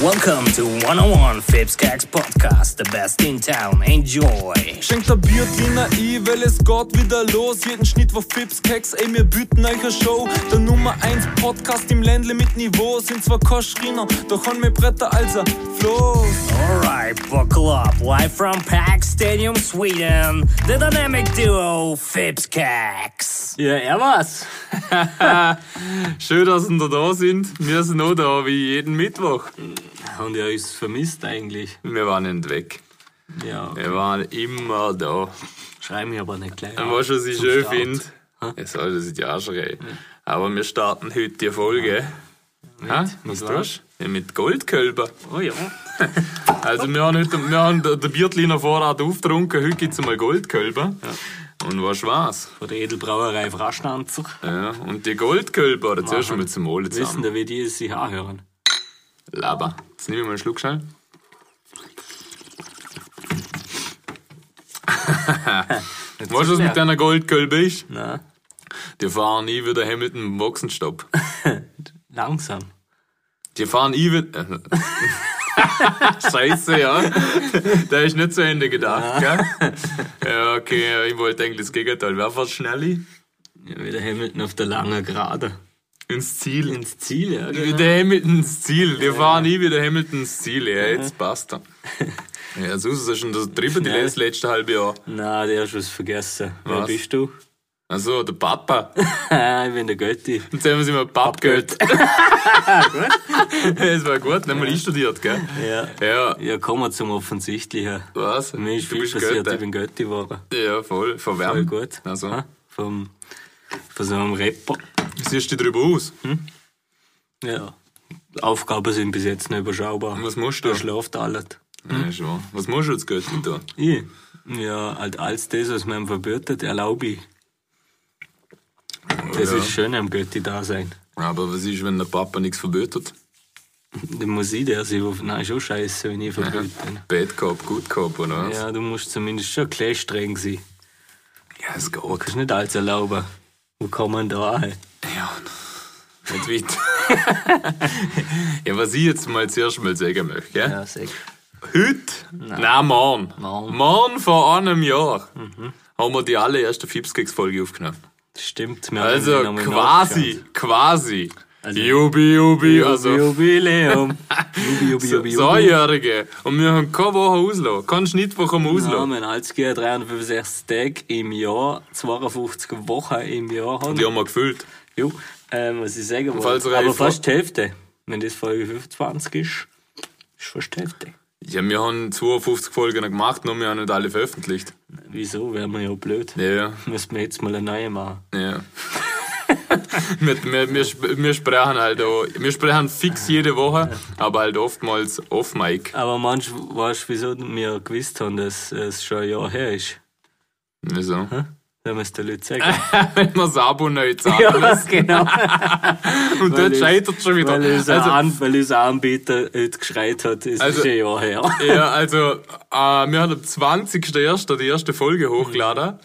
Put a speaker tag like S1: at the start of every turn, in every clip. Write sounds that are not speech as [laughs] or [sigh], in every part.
S1: Welcome to 101 Fips Gags Podcast, the best in town. Enjoy!
S2: Schenkt ein Bier, Diener, ich, weil es geht wieder los. Jeden Schnitt war Fips, Keks, ey, wir bieten euch eine Show. Der Nummer 1 Podcast im Ländle mit Niveau. Sind zwar kein Schreiner, doch haben wir Bretter also als ein Floß.
S1: Alright, buckle up. Live from Pack Stadium, Sweden, the dynamic duo Fips Gags.
S3: Ja, er war's. Schön, dass ihr da sind. Wir sind auch da, wie jeden Mittwoch.
S4: Und er ist vermisst eigentlich.
S3: Wir waren nicht weg.
S4: Ja,
S3: Wir waren immer da.
S4: schrei mir aber nicht gleich. an.
S3: Was ich
S4: Zum
S3: schön
S4: Start.
S3: finde. Das soll das ja auch schreien. Aber wir starten heute die Folge. Ha? Was
S4: was?
S3: tust du? Ja, mit Goldkölber.
S4: Oh ja.
S3: [laughs] Also wir haben, heute, wir haben den Biertliner Vorrat aufgetrunken, heute gibt's mal Goldkölber. Und was war's?
S4: Von der Edelbrauerei Fraschnanzer.
S3: Ja, und die Goldkölber, da zuerst mal zum Holen
S4: Wissen
S3: zusammen.
S4: da, wie die es sich anhören.
S3: Laber. Jetzt nehme ich mal einen Schluck
S4: [laughs]
S3: schnell. weißt du, was mit deiner Goldkölbe ist?
S4: Na,
S3: Die fahren nie wieder heim mit dem Boxenstopp.
S4: langsam.
S3: Die fahren nie wieder. [laughs] Scheiße, ja. Der ist nicht zu Ende gedacht, gell? Ja, okay, ja, ich wollte eigentlich das Gegenteil. Wer fährt schnell
S4: Ja, wie der Hamilton auf der langen Gerade.
S3: ins Ziel?
S4: Ins Ziel, ja. genau.
S3: Wie der Hamiltons Ziel. Die fahren nie wieder Hamiltons Ziel. Ja, jetzt
S4: [laughs]
S3: passt er. Ja, sonst ist er schon das dritte
S4: Schnell.
S3: das letzte halbe Jahr.
S4: Na, der hat was vergessen. Wer
S3: Was?
S4: bist du? [laughs]
S3: Also der Papa.
S4: Ah, ich bin der Götti.
S3: Jetzt haben wir sie mal Pappgeld.
S4: [laughs]
S3: Es war gut, nicht mal einstudiert, gell?
S4: Ja.
S3: Ja,
S4: Ja, kommen wir zum Offensichtlichen.
S3: was?
S4: Mir ist viel passiert, ich bin Götti geworden.
S3: Ja, voll. Von
S4: Voll
S3: wem?
S4: gut.
S3: Also,
S4: Ha? Vom, von so einem Rapper.
S3: siehst du dich drüber aus?
S4: Hm? Ja. Aufgaben sind bis jetzt nicht überschaubar.
S3: Was musst du?
S4: Der schläft alles.
S3: Ja, schon. Was musst du jetzt Götti da?
S4: hm? Ich? Ja, halt alles das, was man ihm verbietet, erlaube ich. Das ist schön am Götti-Dasein.
S3: Aber was ist, wenn der Papa nichts verbietet?
S4: Dann muss ich der sein, wo- nein, schon scheiße, wenn ich verbiete bin.
S3: Bad Cop, Good Cop, oder was?
S4: Ja, du musst zumindest schon gleich streng sein.
S3: Ja, es geht.
S4: Du kannst nicht alles erlauben. Wo kann man da hin?
S3: Ja, nicht weit. [laughs] ja, was ich jetzt mal zuerst mal sagen möchte, gell?
S4: Ja, sag.
S3: Heute? Nein, morgen.
S4: Morgen.
S3: Morgen vor einem Jahr haben wir die allererste Fipskeks-Folge aufgenommen.
S4: Das stimmt. wir haben
S3: Also
S4: ihn nochmal
S3: quasi,
S4: nachgeschaut. Also
S3: quasi. Jubi, jubi, also [laughs]
S4: Jubiläum. Jubi, jubi, jubi, jubi.
S3: Zweijährige. Und wir haben keine Woche Auslauf, keinen Schnitt vom
S4: Ja,
S3: Auslauf.
S4: mein Altsgeher 365 Tage im Jahr, 52 Wochen im Jahr haben.
S3: Die haben wir gefüllt.
S4: Jo, ähm, was ich sagen
S3: falls
S4: wollte.
S3: ihr
S4: Aber
S3: euch fra-
S4: fast die Hälfte. Wenn das Folge 25 ist, ist fast die Hälfte.
S3: Ja, wir haben 52 Folgen noch gemacht, nur wir haben nicht alle veröffentlicht.
S4: Wieso? Wären wir ja blöd.
S3: Ja, ja.
S4: Müssten wir jetzt mal eine neue machen.
S3: ja. [laughs] wir, wir, wir, sp- wir sprechen halt auch, wir sprechen fix jede Woche, aber halt oftmals off-mic.
S4: Aber manch weißt du, wieso wir gewusst haben, dass es schon ein Jahr her ist.
S3: Wieso?
S4: Da müssen die
S3: [laughs]
S4: Leute sagen.
S3: Wenn man das Abo neu zahlt.
S4: genau.
S3: Und dort scheitert schon wieder.
S4: Weil unser,
S3: Also-
S4: An weil unser Anbieter heute geschreit hat, es
S3: Also-
S4: ist ein Jahr her.
S3: Ja, also, äh, wir haben am 20.01. die erste Folge hochgeladen.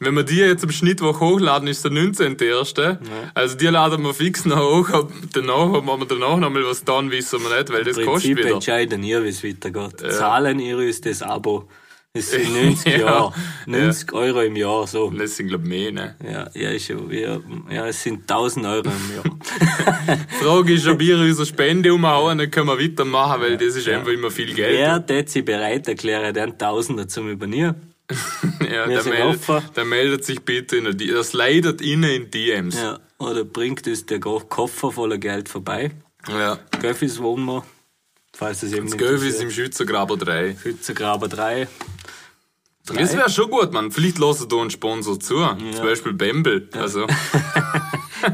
S3: Wenn wir die jetzt am Schnittwoch hochladen, ist der 19.01. Also, die laden wir fix noch hoch. ab- Danach, ob wir danach noch mal was getan, wissen wir nicht, weil das
S4: Im
S3: kostet
S4: Prinzip
S3: wieder.
S4: entscheiden ihr, wie es weitergeht. Zahlen ihr uns das Abo. Es
S3: [laughs]
S4: sind 90
S3: Ja.
S4: Jahre. 90 Euro im Jahr, so.
S3: Das sind, glaub ich, mehr, ne?
S4: Ja, ja, ist ja, ja, ja, es sind 1000 Euro im
S3: [laughs]
S4: Jahr.
S3: Die Frage ist, ob wir unsere Spende umhauen, dann können wir weitermachen, weil das ist einfach immer viel Geld.
S4: Wer tät sich bereit erklären, den Tausender zum Übernehmen?
S3: [laughs] Ja,
S4: wir
S3: der,
S4: sind
S3: meld,
S4: offen.
S3: der meldet sich bitte in der, D- das leidet innen in DMs.
S4: Ja, oder bringt uns der Ko- Koffer voller Geld vorbei?
S3: ja.
S4: Göffis wohnen wir, falls es eben
S3: Das Göf ist im Schützengraber 3.
S4: Hützengraber 3.
S3: Das wäre schon gut, man. Vielleicht lassen da einen Sponsor zu. Zum Beispiel Bembel.
S4: [laughs]
S3: Also, äh,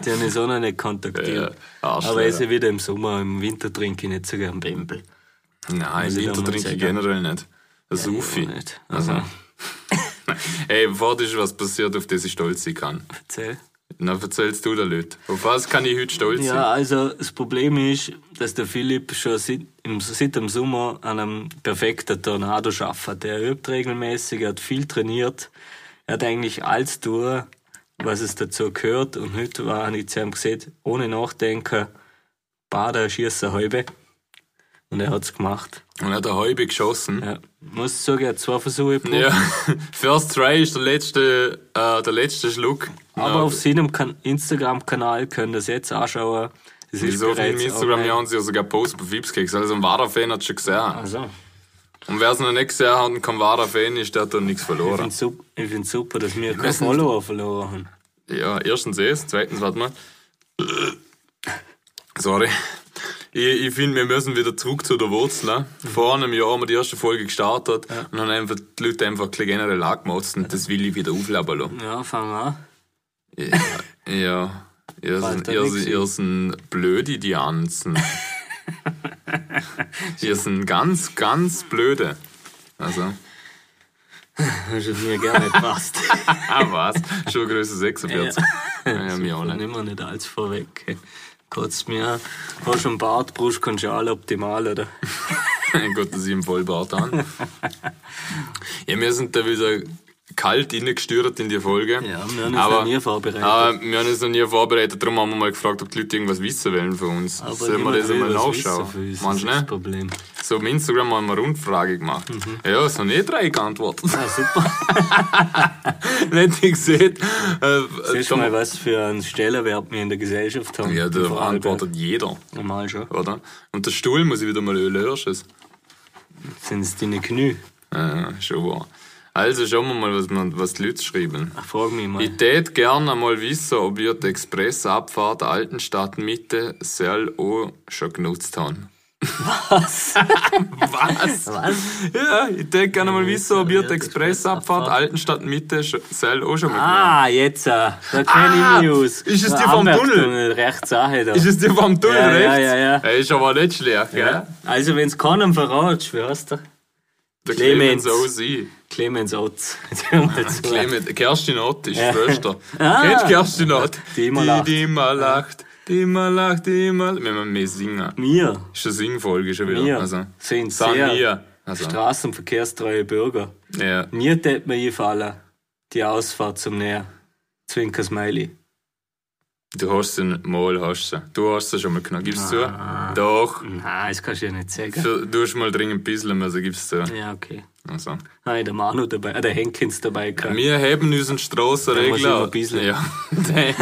S4: Die haben uns auch noch nicht
S3: ja,
S4: kontaktiert.
S3: Arschloch.
S4: Aber ist ja wieder im Sommer, im Winter trinke ich nicht so gern Bembel.
S3: Nein, im
S4: ich da
S3: Winter
S4: mal
S3: trinke ich
S4: sagen.
S3: generell nicht. Das ja,
S4: Ich
S3: Ufi.
S4: auch nicht.
S3: Also. Ey, bevor ist was passiert, auf das ich stolz sein kann.
S4: Erzähl.
S3: Dann erzählst du den Leuten. Auf was kann ich heute stolz sein?
S4: Ja, also das Problem ist, dass der Philipp schon seit, im, seit dem Sommer an einem perfekten Tornado schafft. Er übt regelmäßig, er hat viel trainiert, er hat eigentlich alles tun, was es [laughs] dazu gehört. Und heute war ich zu ihm gesehen, ohne nachdenken, Bader schießen halbe.
S5: Und er hat's gemacht.
S3: Und er hat eine halbe geschossen.
S5: Ja. Muss sagen, er hat zwei Versuche gebraucht.
S3: Ja, [laughs] First Try ist der letzte, äh, der letzte Schluck.
S5: Aber auf seinem Kan- Instagram-Kanal könnt ihr es jetzt anschauen. Es ist
S3: Wieso auf meinem
S5: bereits
S3: Instagram
S5: online.
S3: haben sie ja sogar Post bei Fipskeks. Also ein wahrer Fan hat schon gesehen.
S5: Also,
S3: Und wer es noch nicht gesehen hat und kein wahrer Fan ist, der hat dann nichts
S5: ich
S3: verloren.
S5: find's sup- ich finde es super, dass wir keine
S3: weiß nicht.
S5: Follower verloren haben.
S3: Ja, erstens es, zweitens, warte mal. Sorry. Ich, ich finde, wir müssen wieder zurück zu der Wurzel. ne? Vor einem Jahr haben wir die erste Folge gestartet und haben einfach die Leute einfach ein bisschen generell angemotzt und das will ich wieder aufleben lassen.
S5: Ja, fang an.
S3: Ja, ja. Ihr
S5: Bald
S3: sind,
S5: der
S3: ihr,
S5: Nixi.
S3: sind, ihr sind blöde, die [laughs] Anzen. ihr sind ganz, ganz blöde. Also,
S5: [laughs] Das ist mir gerne nicht [laughs] passt.
S3: ah, was? Schon Größe 46. Ja, ja mir auch
S5: Dann
S3: nicht.
S5: nehmen wir nicht alles vorweg. Kotzt mir an. Hast schon Bart, Brust, Konschal, optimal, oder?
S3: Gott, dass ich im Vollbart an. Ja, wir sind da wieder kalt reingestürzt in die Folge.
S5: Ja, wir haben uns
S3: Aber-
S5: noch nie vorbereitet.
S3: Aber wir haben uns noch nie vorbereitet, darum haben wir mal gefragt, ob die Leute irgendwas wissen wollen von uns.
S5: Aber
S3: Sollen wir
S5: niemand
S3: das
S5: will
S3: einmal
S5: was
S3: nachschauen?
S5: wissen von uns,
S3: Meinst du
S5: das ist Mhm. das
S3: nicht?
S5: Problem.
S3: So, auf Instagram haben wir eine Rundfrage gemacht. Ja, es haben eh drei geantwortet. [laughs]
S5: Ah, super.
S3: Nicht ich gesehen. Äh,
S5: Siehst du mal, was für einen Stellenwert wir in der Gesellschaft haben?
S3: ja,
S5: In
S3: da
S5: Vorarlberg.
S3: antwortet jeder,
S5: Normal schon.
S3: oder? Und der Stuhl muss ich wieder mal ölen, hörst du es?
S5: Sind es deine Knie?
S3: Äh, schon wahr. Also schauen wir mal, was, man, was die Leute schreiben.
S5: Frag mich mal.
S3: Ich tät gerne mal wissen, ob ihr die Expressabfahrt Altenstadt Mitte Serl auch schon genutzt haben. [laughs] Was? Was? Ja, ich tät gerne mal wissen, ob ihr die Expressabfahrt Altenstadt Mitte Serl auch schon mal genutzt
S5: Ah, jetzt, äh, da kenn
S3: Ah,
S5: ich mich aus.
S3: ist es
S5: Der
S3: die vom
S5: Amberg-Tunnel
S3: Tunnel?
S5: Rechts auch da.
S3: Ist es dir vom Tunnel
S5: Ja, ja,
S3: rechts?
S5: ja, ja.
S3: Er ist aber nicht schlecht, gell?
S5: ja? Also, wenn's keinem verratst, wie heißt der?
S3: Der
S5: Clemens.
S3: Clemens auch sie.
S5: Clemens Otz. [laughs] Jetzt hören wir zu.
S3: Clemens, Kerstin Ott ist
S5: Ja.
S3: Schwester.
S5: [laughs] Ah.
S3: Kennst du Kerstin Ott?
S5: Die immer lacht.
S3: Die immer lacht. Die immer lacht, die immer lacht. Wir müssen mehr singen.
S5: Wir,
S3: Ist eine Singfolge schon wieder.
S5: wir
S3: Also,
S5: sind
S3: sind
S5: sehr
S3: wir. Also,
S5: straßenverkehrstreue Bürger.
S3: ja.
S5: Mir tät mir einfallen, die Ausfahrt zum Näher. Zwinker Smiley.
S3: Du hast sie nicht mal, hast sie. Du hast sie schon mal genommen. Gibst du
S5: Ah.
S3: zu? Doch.
S5: Nein, das kannst du ja nicht sagen.
S3: Du du hast mal dringend ein bisschen, also gibst du zu.
S5: Ja, okay.
S3: Also.
S5: Nein, der Manu dabei, äh, der Henkins dabei gehabt.
S3: Wir haben unseren
S5: Da muss ich noch
S3: Strassenregler.
S5: ein bisschen.
S3: Ja. [laughs] Der-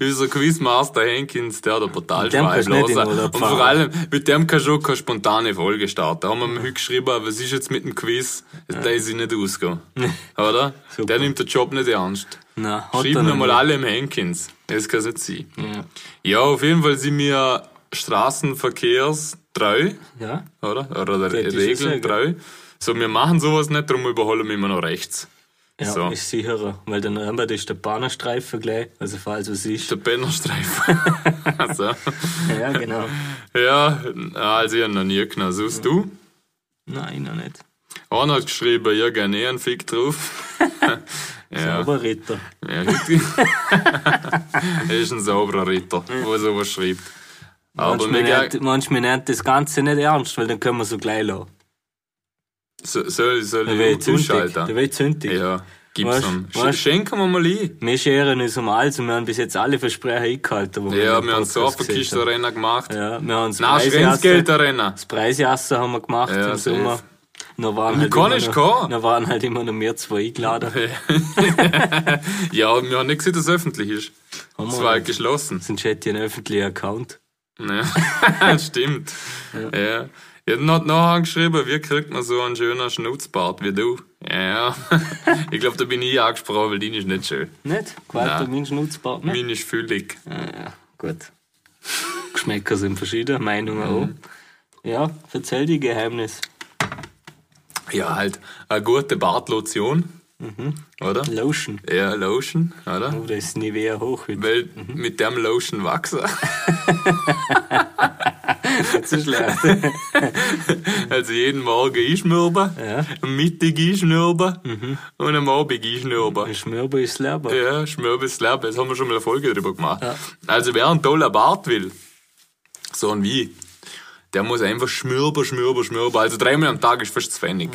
S3: Unser Quizmaster Henkins, der hat ein Portal
S5: Mit dem kannst du nicht in
S3: lassen.
S5: Urlaub
S3: Und vor
S5: fahren.
S3: allem, mit dem kannst du auch keine spontane Folge starten. Da haben wir ihm ja. geschrieben, was ist jetzt mit dem Quiz? Der ist sich nicht ausgegangen. Oder?
S5: [laughs] Super. Hm.
S3: Der nimmt den Job nicht ernst.
S5: Nein, hat er
S3: Schreiben
S5: noch
S3: nochmal
S5: nicht.
S3: alle im Henkins. Das kann es nicht sein.
S5: Ja.
S3: Ja, auf jeden Fall sind wir straßenverkehrstreu
S5: ja?
S3: oder? Oder der
S5: Das ist
S3: Regeln
S5: sehr gut.
S3: treu. So, wir machen sowas nicht, darum überholen wir immer noch rechts.
S5: Ja,
S3: So.
S5: ist sicherer, weil der Nürnberg ist der Bahnerstreifen gleich, also falls was
S3: [laughs]
S5: ist.
S3: Der [laughs] Bannerstreifen. also,
S5: Ja, genau.
S3: ja, also ich hab noch nie genommen. Suchst du?
S5: Nein, noch nicht.
S3: Einer hat geschrieben, ja, gerne eh einen Fick
S5: [laughs]
S3: drauf. ja,
S5: Aber Ritter.
S3: ja, richtig. [laughs] er ist ein sauberer Ritter, der sowas schreibt. Aber
S5: manchmal,
S3: mir
S5: nennt,
S3: geht,
S5: manchmal nennt das Ganze nicht ernst, weil dann können wir so gleich lassen.
S3: so- soll, soll
S5: Der will
S3: ich
S5: zündig. Der
S3: umschalten?
S5: will zündig.
S3: Ja, gib's
S5: Weißt-
S3: ihm.
S5: weißt-
S3: Schenken wir mal ein.
S5: Wir scheren uns um alles und wir haben bis jetzt alle Versprechen eingehalten. die
S3: Ja,
S5: im
S3: wir haben
S5: Podcast gesagt haben.
S3: Surferkiste-Arena gemacht.
S5: Ja, wir haben das
S3: Nein,
S5: Preisjasser,
S3: Schrenzgeld-Arena.
S5: das Preisjasser haben wir gemacht
S3: Ja,
S5: im
S3: safe.
S5: Sommer. Da waren, halt
S3: kann
S5: immer
S3: ich
S5: noch,
S3: gehen?
S5: da waren halt immer noch mehr zwei eingeladen.
S3: Ja, wir haben nicht gesehen, dass es öffentlich ist.
S5: Haben
S3: Es
S5: wir
S3: war halt
S5: nicht.
S3: geschlossen.
S5: Sonst hätte ich einen öffentlichen Account.
S3: Ja, [laughs]
S5: [laughs]
S3: stimmt. Ja. ja. Jeden hat nachher geschrieben, wie kriegt man so einen schönen Schnutzbart wie du? Ja. [laughs] ich glaube, da bin ich angesprochen, weil deine ist nicht schön.
S5: Nicht? Gewalt und mein Schnutzbart nicht?
S3: Meine ist füllig.
S5: Ja, gut. Geschmäcker sind verschieden, Meinungen
S3: Mhm.
S5: auch. Ja, erzähl die Geheimnis.
S3: Ja, halt eine gute Bartlotion.
S5: Mhm.
S3: Oder?
S5: Lotion.
S3: Ja, Lotion, oder?
S5: Oh, da ist Nivea hoch. Wird
S3: Weil mit dem Lotion wachsen. [laughs]
S5: nicht so schlecht.
S3: Also jeden Morgen einschnurben,
S5: Ja.
S3: am Mittag einschnurben und am Abend einschnurben.
S5: Ein Schmörber ist Leber.
S3: Ja, Schmörbes Lab, jetzt haben wir schon mal eine Folge drüber gemacht. Also wer einen toller Bart will, so ein wie, der muss einfach schmürber, schmürber, schmürber. Also dreimal am Tag ist fast zu wenig.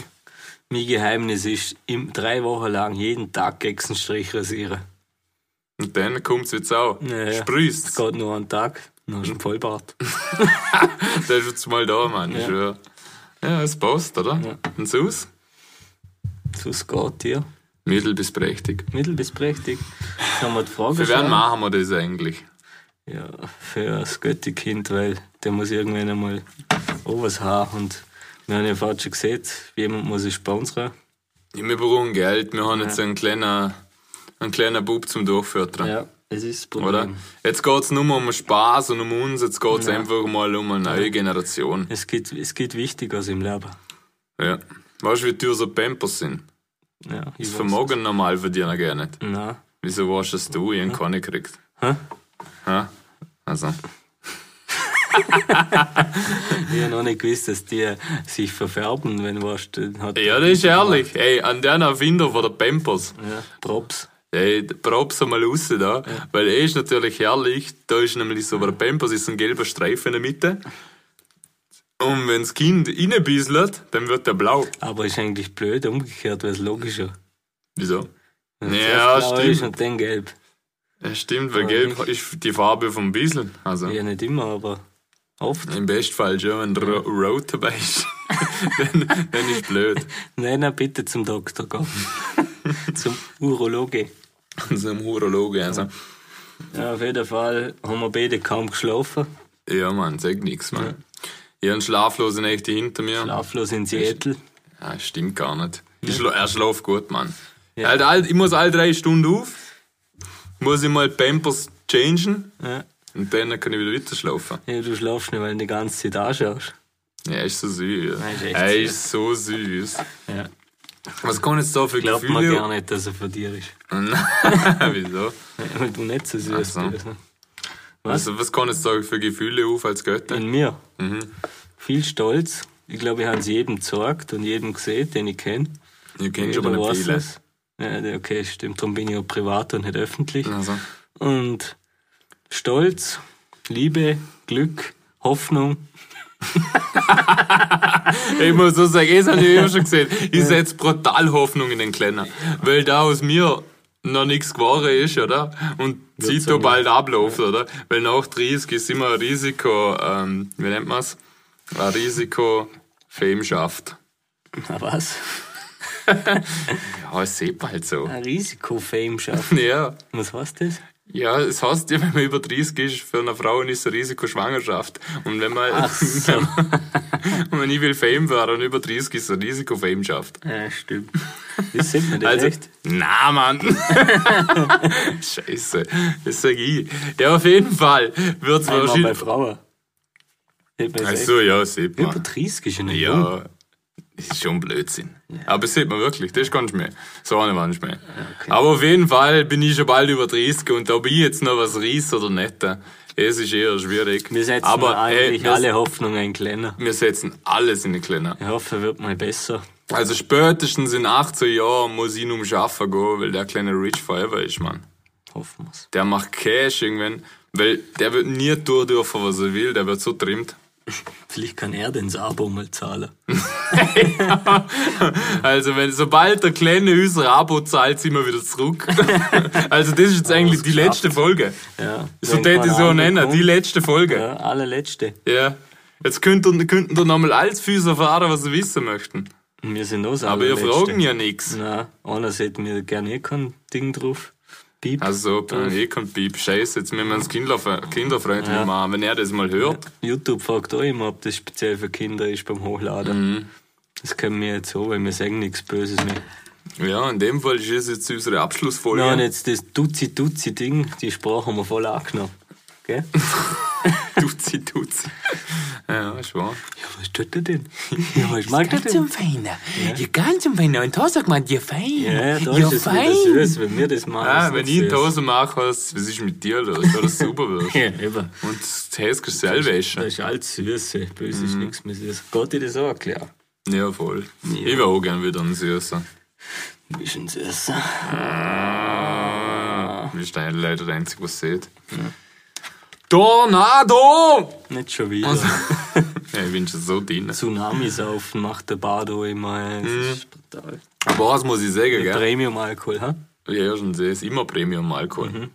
S5: Mein Geheimnis ist, im, drei Wochen lang jeden Tag Gexenstrich rasieren.
S3: Und dann kommt's jetzt auch.
S5: Ja, ja.
S3: Sprühst.
S5: Geht nur einen Tag. Dann hast du einen Vollbart.
S3: Der ist jetzt mal da, Mann. Ich schwör. Ja, es passt, oder? Und sonst?
S5: Sonst geht dir.
S3: Mittel bis prächtig.
S5: Mittel bis prächtig. Dann haben wir die Frage
S3: Für wen
S5: schon.
S3: machen wir das eigentlich?
S5: Ja, für das Göttikind, weil der muss irgendwann einmal was haben. Und wir haben ja vorhin schon gesehen, jemand muss es sponsern.
S3: Ja, wir brauchen Geld. Wir haben jetzt einen kleinen, einen kleinen Bub zum Durchfüttern.
S5: Ja, es ist das Problem.
S3: Oder? Jetzt geht's nur mehr um Spaß und um uns, jetzt geht's einfach mal um eine neue Generation.
S5: Es geht, es geht Wichtigeres im Leben.
S3: Ja. Weißt du, wie teuer so Pampers sind?
S5: Ja,
S3: Das
S5: ich weiß.
S3: Vermogen normal verdienen gar nicht.
S5: Nein.
S3: Wieso weißt du, dass du ihren keine kriegst?
S5: Hä?
S3: Hä? Also.
S5: Ich habe noch nicht gewusst, dass die sich verfärben, wenn was dann hat.
S3: Ja, das ist ehrlich. Ey, an den Erfinder von der Pampers.
S5: Ja, Props.
S3: Ey, prob's einmal raus da. Weil er ist natürlich herrlich. Da ist nämlich so bei der Pampers ist ein gelber Streifen in der Mitte. Und wenn's Kind reinbieselt, dann wird der blau.
S5: Aber ist eigentlich blöd, umgekehrt wäre es logischer.
S3: Wieso? Ja,
S5: Zuerst blau ist
S3: stimmt.
S5: und dann gelb.
S3: Ja, stimmt, weil gelb ist die Farbe vom Biesel. Also
S5: Ja, nicht immer, aber oft.
S3: im Bestfall schon, wenn Ro Rot dabei ist. [laughs] dann, dann ist blöd.
S5: Nein, nein, bitte zum Doktor gehen. [laughs] zum Urologe.
S3: Also im Urologe. Also.
S5: Ja, auf jeden Fall haben wir beide kaum geschlafen.
S3: Ja, Mann, sag nix, Mann. Ich habe schlaflose Nächte hinter mir.
S5: Schlaflos in Seattle.
S3: Ja, stimmt gar nicht. Ich schla er schlaft gut, Mann. Halt, all, ich muss alle drei Stunden auf, muss ich mal Pampers changen
S5: Ja.
S3: und dann kann ich wieder weiter schlafen.
S5: ja, du schlafst nicht, weil du die ganze Zeit anschaust.
S3: Ja, ist so süß.
S5: Ja, ist echt
S3: Er ist so süß.
S5: Ja.
S3: Was kann jetzt da für
S5: Glaubt man
S3: Gefühle?
S5: gar nicht, dass er von dir ist.
S3: [laughs] Wieso?
S5: Weil du nicht so süß
S3: so.
S5: bist. ne?
S3: Also, was kann jetzt da für Gefühle auf als Götter?
S5: In mir.
S3: Mhm.
S5: Viel Stolz. Ich glaube, ich habe es jedem gezeigt und jedem gesehen, den ich kenne.
S3: Ich kenne schon
S5: Jeder
S3: mal
S5: weiß
S3: viele.
S5: es. Ja, der- okay, stimmt. Darum bin ich ja privat und nicht öffentlich.
S3: Also,
S5: Und Stolz, Liebe, Glück, Hoffnung. [laughs]
S3: ich muss so sagen, eh, das habe ich immer schon gesehen. Ich setze brutal Hoffnung in den Kleiner. Weil da aus mir noch nichts geworden ist, oder? Und zieht da bald abläuft, oder? Weil nach 30 ist immer ein Risiko, ähm, wie nennt man es? Ein Risiko Femschaft.
S5: Na was?
S3: Ja, das sieht man halt so.
S5: Ein Risiko-Fame schaffen.
S3: Ja,
S5: Was heißt das?
S3: ja, es heißt ja, wenn man über 30 ist, für eine Frau ist ein Risiko Schwangerschaft. Und wenn man,
S5: Ach so.
S3: [laughs] Und wenn ich will Fame werden, über 30 ist ein Risiko Fame schafft.
S5: ja, stimmt. Das sieht man das
S3: Also,
S5: echt.
S3: na Mann. [laughs] Scheiße, das sag ich. Ja, auf jeden Fall wird's
S5: Einmal bei
S3: wahrscheinlich...
S5: Frauen. Sieht man das
S3: Ach
S5: echt.
S3: so, ja, sieht
S5: Über
S3: man.
S5: 30 ist ja nicht jung.
S3: Also, Ja, das ist schon Blödsinn. Aber das sieht man wirklich, das kannst du mir. So eine Wand mehr. Aber auf jeden Fall bin ich schon bald über 30 und ob ich jetzt noch was reiss oder nicht, es ist eher schwierig.
S5: Wir setzen
S3: Aber, äh,
S5: eigentlich
S3: ey, wir-
S5: alle Hoffnungen in Kleiner.
S3: Wir setzen alles in den Kleiner.
S5: Ich hoffe, er wird mal besser.
S3: Also spätestens in 18 Jahren muss ich ihn umschaffen gehen, weil der kleine Rich Forever ist, Mann.
S5: Hoffen wir's.
S3: Der macht Cash irgendwann, weil der wird nie tun dürfen, was er will, der wird so trimmt.
S5: Vielleicht kann er denn das Abo mal zahlen.
S3: Also wenn sobald der kleine unser Abo zahlt, sind wir wieder zurück. [laughs] also das ist jetzt eigentlich die letzte Folge.
S5: Ja.
S3: So tät ich so nennen, die letzte Folge.
S5: Ja, allerletzte.
S3: Ja. Jetzt könnten, könnten da nochmal alles fürs erfahren, was sie wissen möchten.
S5: Und wir sind auch das
S3: Aber ihr
S5: allerletzte.
S3: fragen ja nichts.
S5: Nein, anders hätten wir gerne eh kein Ding drauf. Piep.
S3: Also, eh kein Piep, scheiße, jetzt müssen wir uns kinderfre- kinderfreundlich machen. Wenn er das mal hört,
S5: YouTube fragt auch immer, ob das speziell für Kinder ist beim Hochladen. Das können wir jetzt so, weil wir sagen nichts Böses mehr.
S3: Ja, in dem Fall ist es jetzt unsere Abschlussfolge. [laughs]
S5: Nein, jetzt das Duzi-Duzi-Ding, die Sprache haben wir voll angenommen. [laughs] Gell?
S3: Tutzi, tutzi. Ja, ist wahr.
S5: Ja, was tut der denn? Ja, [laughs] was mag der denn?
S4: feiner. Ja, ganz um feiner. Und da sagt man, ihr fein.
S5: Ja, da ist es wieder süß, wenn wir das machen.
S3: Ah,
S5: ist
S3: wenn
S5: nicht
S3: ich in die
S5: süß.
S3: Hose mache, was was ist mit dir los? Oder super wirst.
S5: [laughs] Ja, eben.
S3: Und das Häschen ist
S5: Das
S3: Seilwäsche.
S5: ist alles süß, ey. böse ist nichts mehr süß. Gott dir das auch erklären.
S3: Ja, voll. Ich wäre auch gern wieder also. ein Süßer.
S5: Ein bisschen süß.
S3: Das ist der- leider der Einzige, was sieht. Tornado!
S5: Nicht schon wieder.
S3: Also. Ja, ich bin schon so drin.
S5: Tsunamis saufen macht der Bardo immer. ey. Das
S3: Mhm.
S5: ist brutal.
S3: Aber was muss ich sagen, gell?
S5: Premium-Alkohol, ha?
S3: Ja,
S5: Mhm.
S3: schon sehe es immer Premium-Alkohol.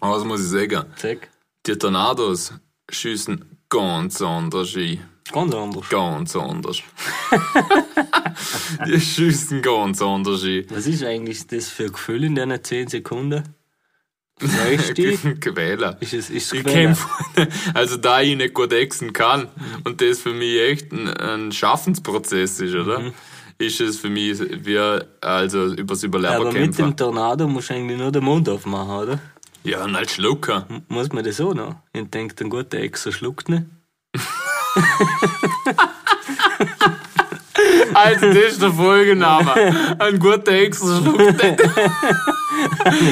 S3: Aber was muss ich sagen?
S5: Zack.
S3: Die Tornados, schiessen ganz anders ein.
S5: Ganz anders.
S3: Ganz
S5: [laughs]
S3: anders. [laughs] die schiessen ganz anders ein.
S5: Was ist eigentlich das für ein Gefühl in diesen 10 Sekunden? Freust du dich?
S3: [laughs] Quäler.
S5: Ist es ist es
S3: Ich kenn
S5: Quälen?
S3: von- [laughs] also da ich nicht gut exen kann und das für mich echt ein, ein Schaffensprozess ist, oder?
S5: Mhm.
S3: Ist es für mich wie also übers Überleben
S5: Aber mit
S3: kämpfen.
S5: dem Tornado musst du eigentlich nur den Mund aufmachen, oder?
S3: Ja, und als Schlucker.
S5: M- Muss man das auch noch? Ich denke, ein guter Exer schluckt nicht.
S3: Also das ist der
S5: [laughs]
S3: Folgename. Ein guter Exer schluckt nicht. [laughs]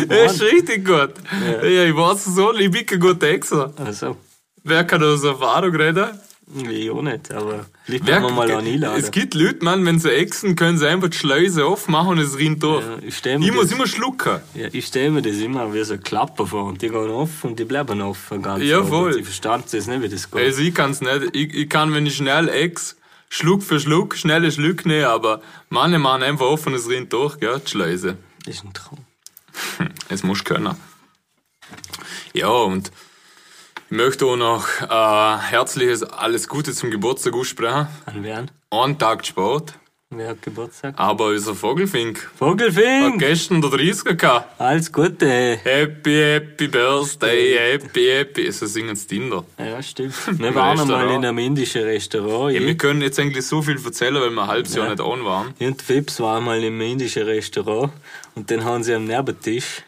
S3: Das ist richtig gut. Ja, ich weiß es so, ich bin kein guter Exer.
S5: Also,
S3: Wer kann aus Erfahrung reden?
S5: ich auch nicht, aber vielleicht
S3: Wer,
S5: können wir mal an
S3: es
S5: einladen.
S3: gibt Leute, man, wenn sie exen, können sie einfach die Schleuse aufmachen und es rinnt durch.
S5: Ja, ich stelle
S3: Ich
S5: mir,
S3: muss
S5: das-
S3: immer schlucken.
S5: ja, ich stell mir das immer wie so Klappen vor und die gehen offen und die bleiben offen. Ganz
S3: Ja,
S5: offen.
S3: voll.
S5: Ich verstand das nicht, wie das geht.
S3: Also ich kann's nicht. Ich, ich kann, wenn ich schnell ex, Schluck für Schluck, schnelle Schluck nehmen, aber manche machen einfach offenes Rind durch, gell, die Schleuse.
S5: Das ist ein Traum.
S3: Es muss können. Ja, und ich möchte auch noch äh, herzliches Alles Gute zum Geburtstag aussprechen.
S5: An wen?
S3: Einen Tag spät,
S5: Wer hat Geburtstag?
S3: aber unser Vogelfink
S5: Vogelfink!
S3: hat gestern der 30er gehabt.
S5: Alles Gute!
S3: Happy, happy Birthday, happy, happy. So singen's Tinder.
S5: Ja, stimmt. Wir waren einmal
S3: Restaurant.
S5: in einem indischen Restaurant.
S3: Ja,
S5: ich
S3: wir können jetzt eigentlich so viel erzählen, weil wir ein halbes Jahr nicht an waren.
S5: ich und Fips waren mal im indischen Restaurant und dann haben sie am Nebentisch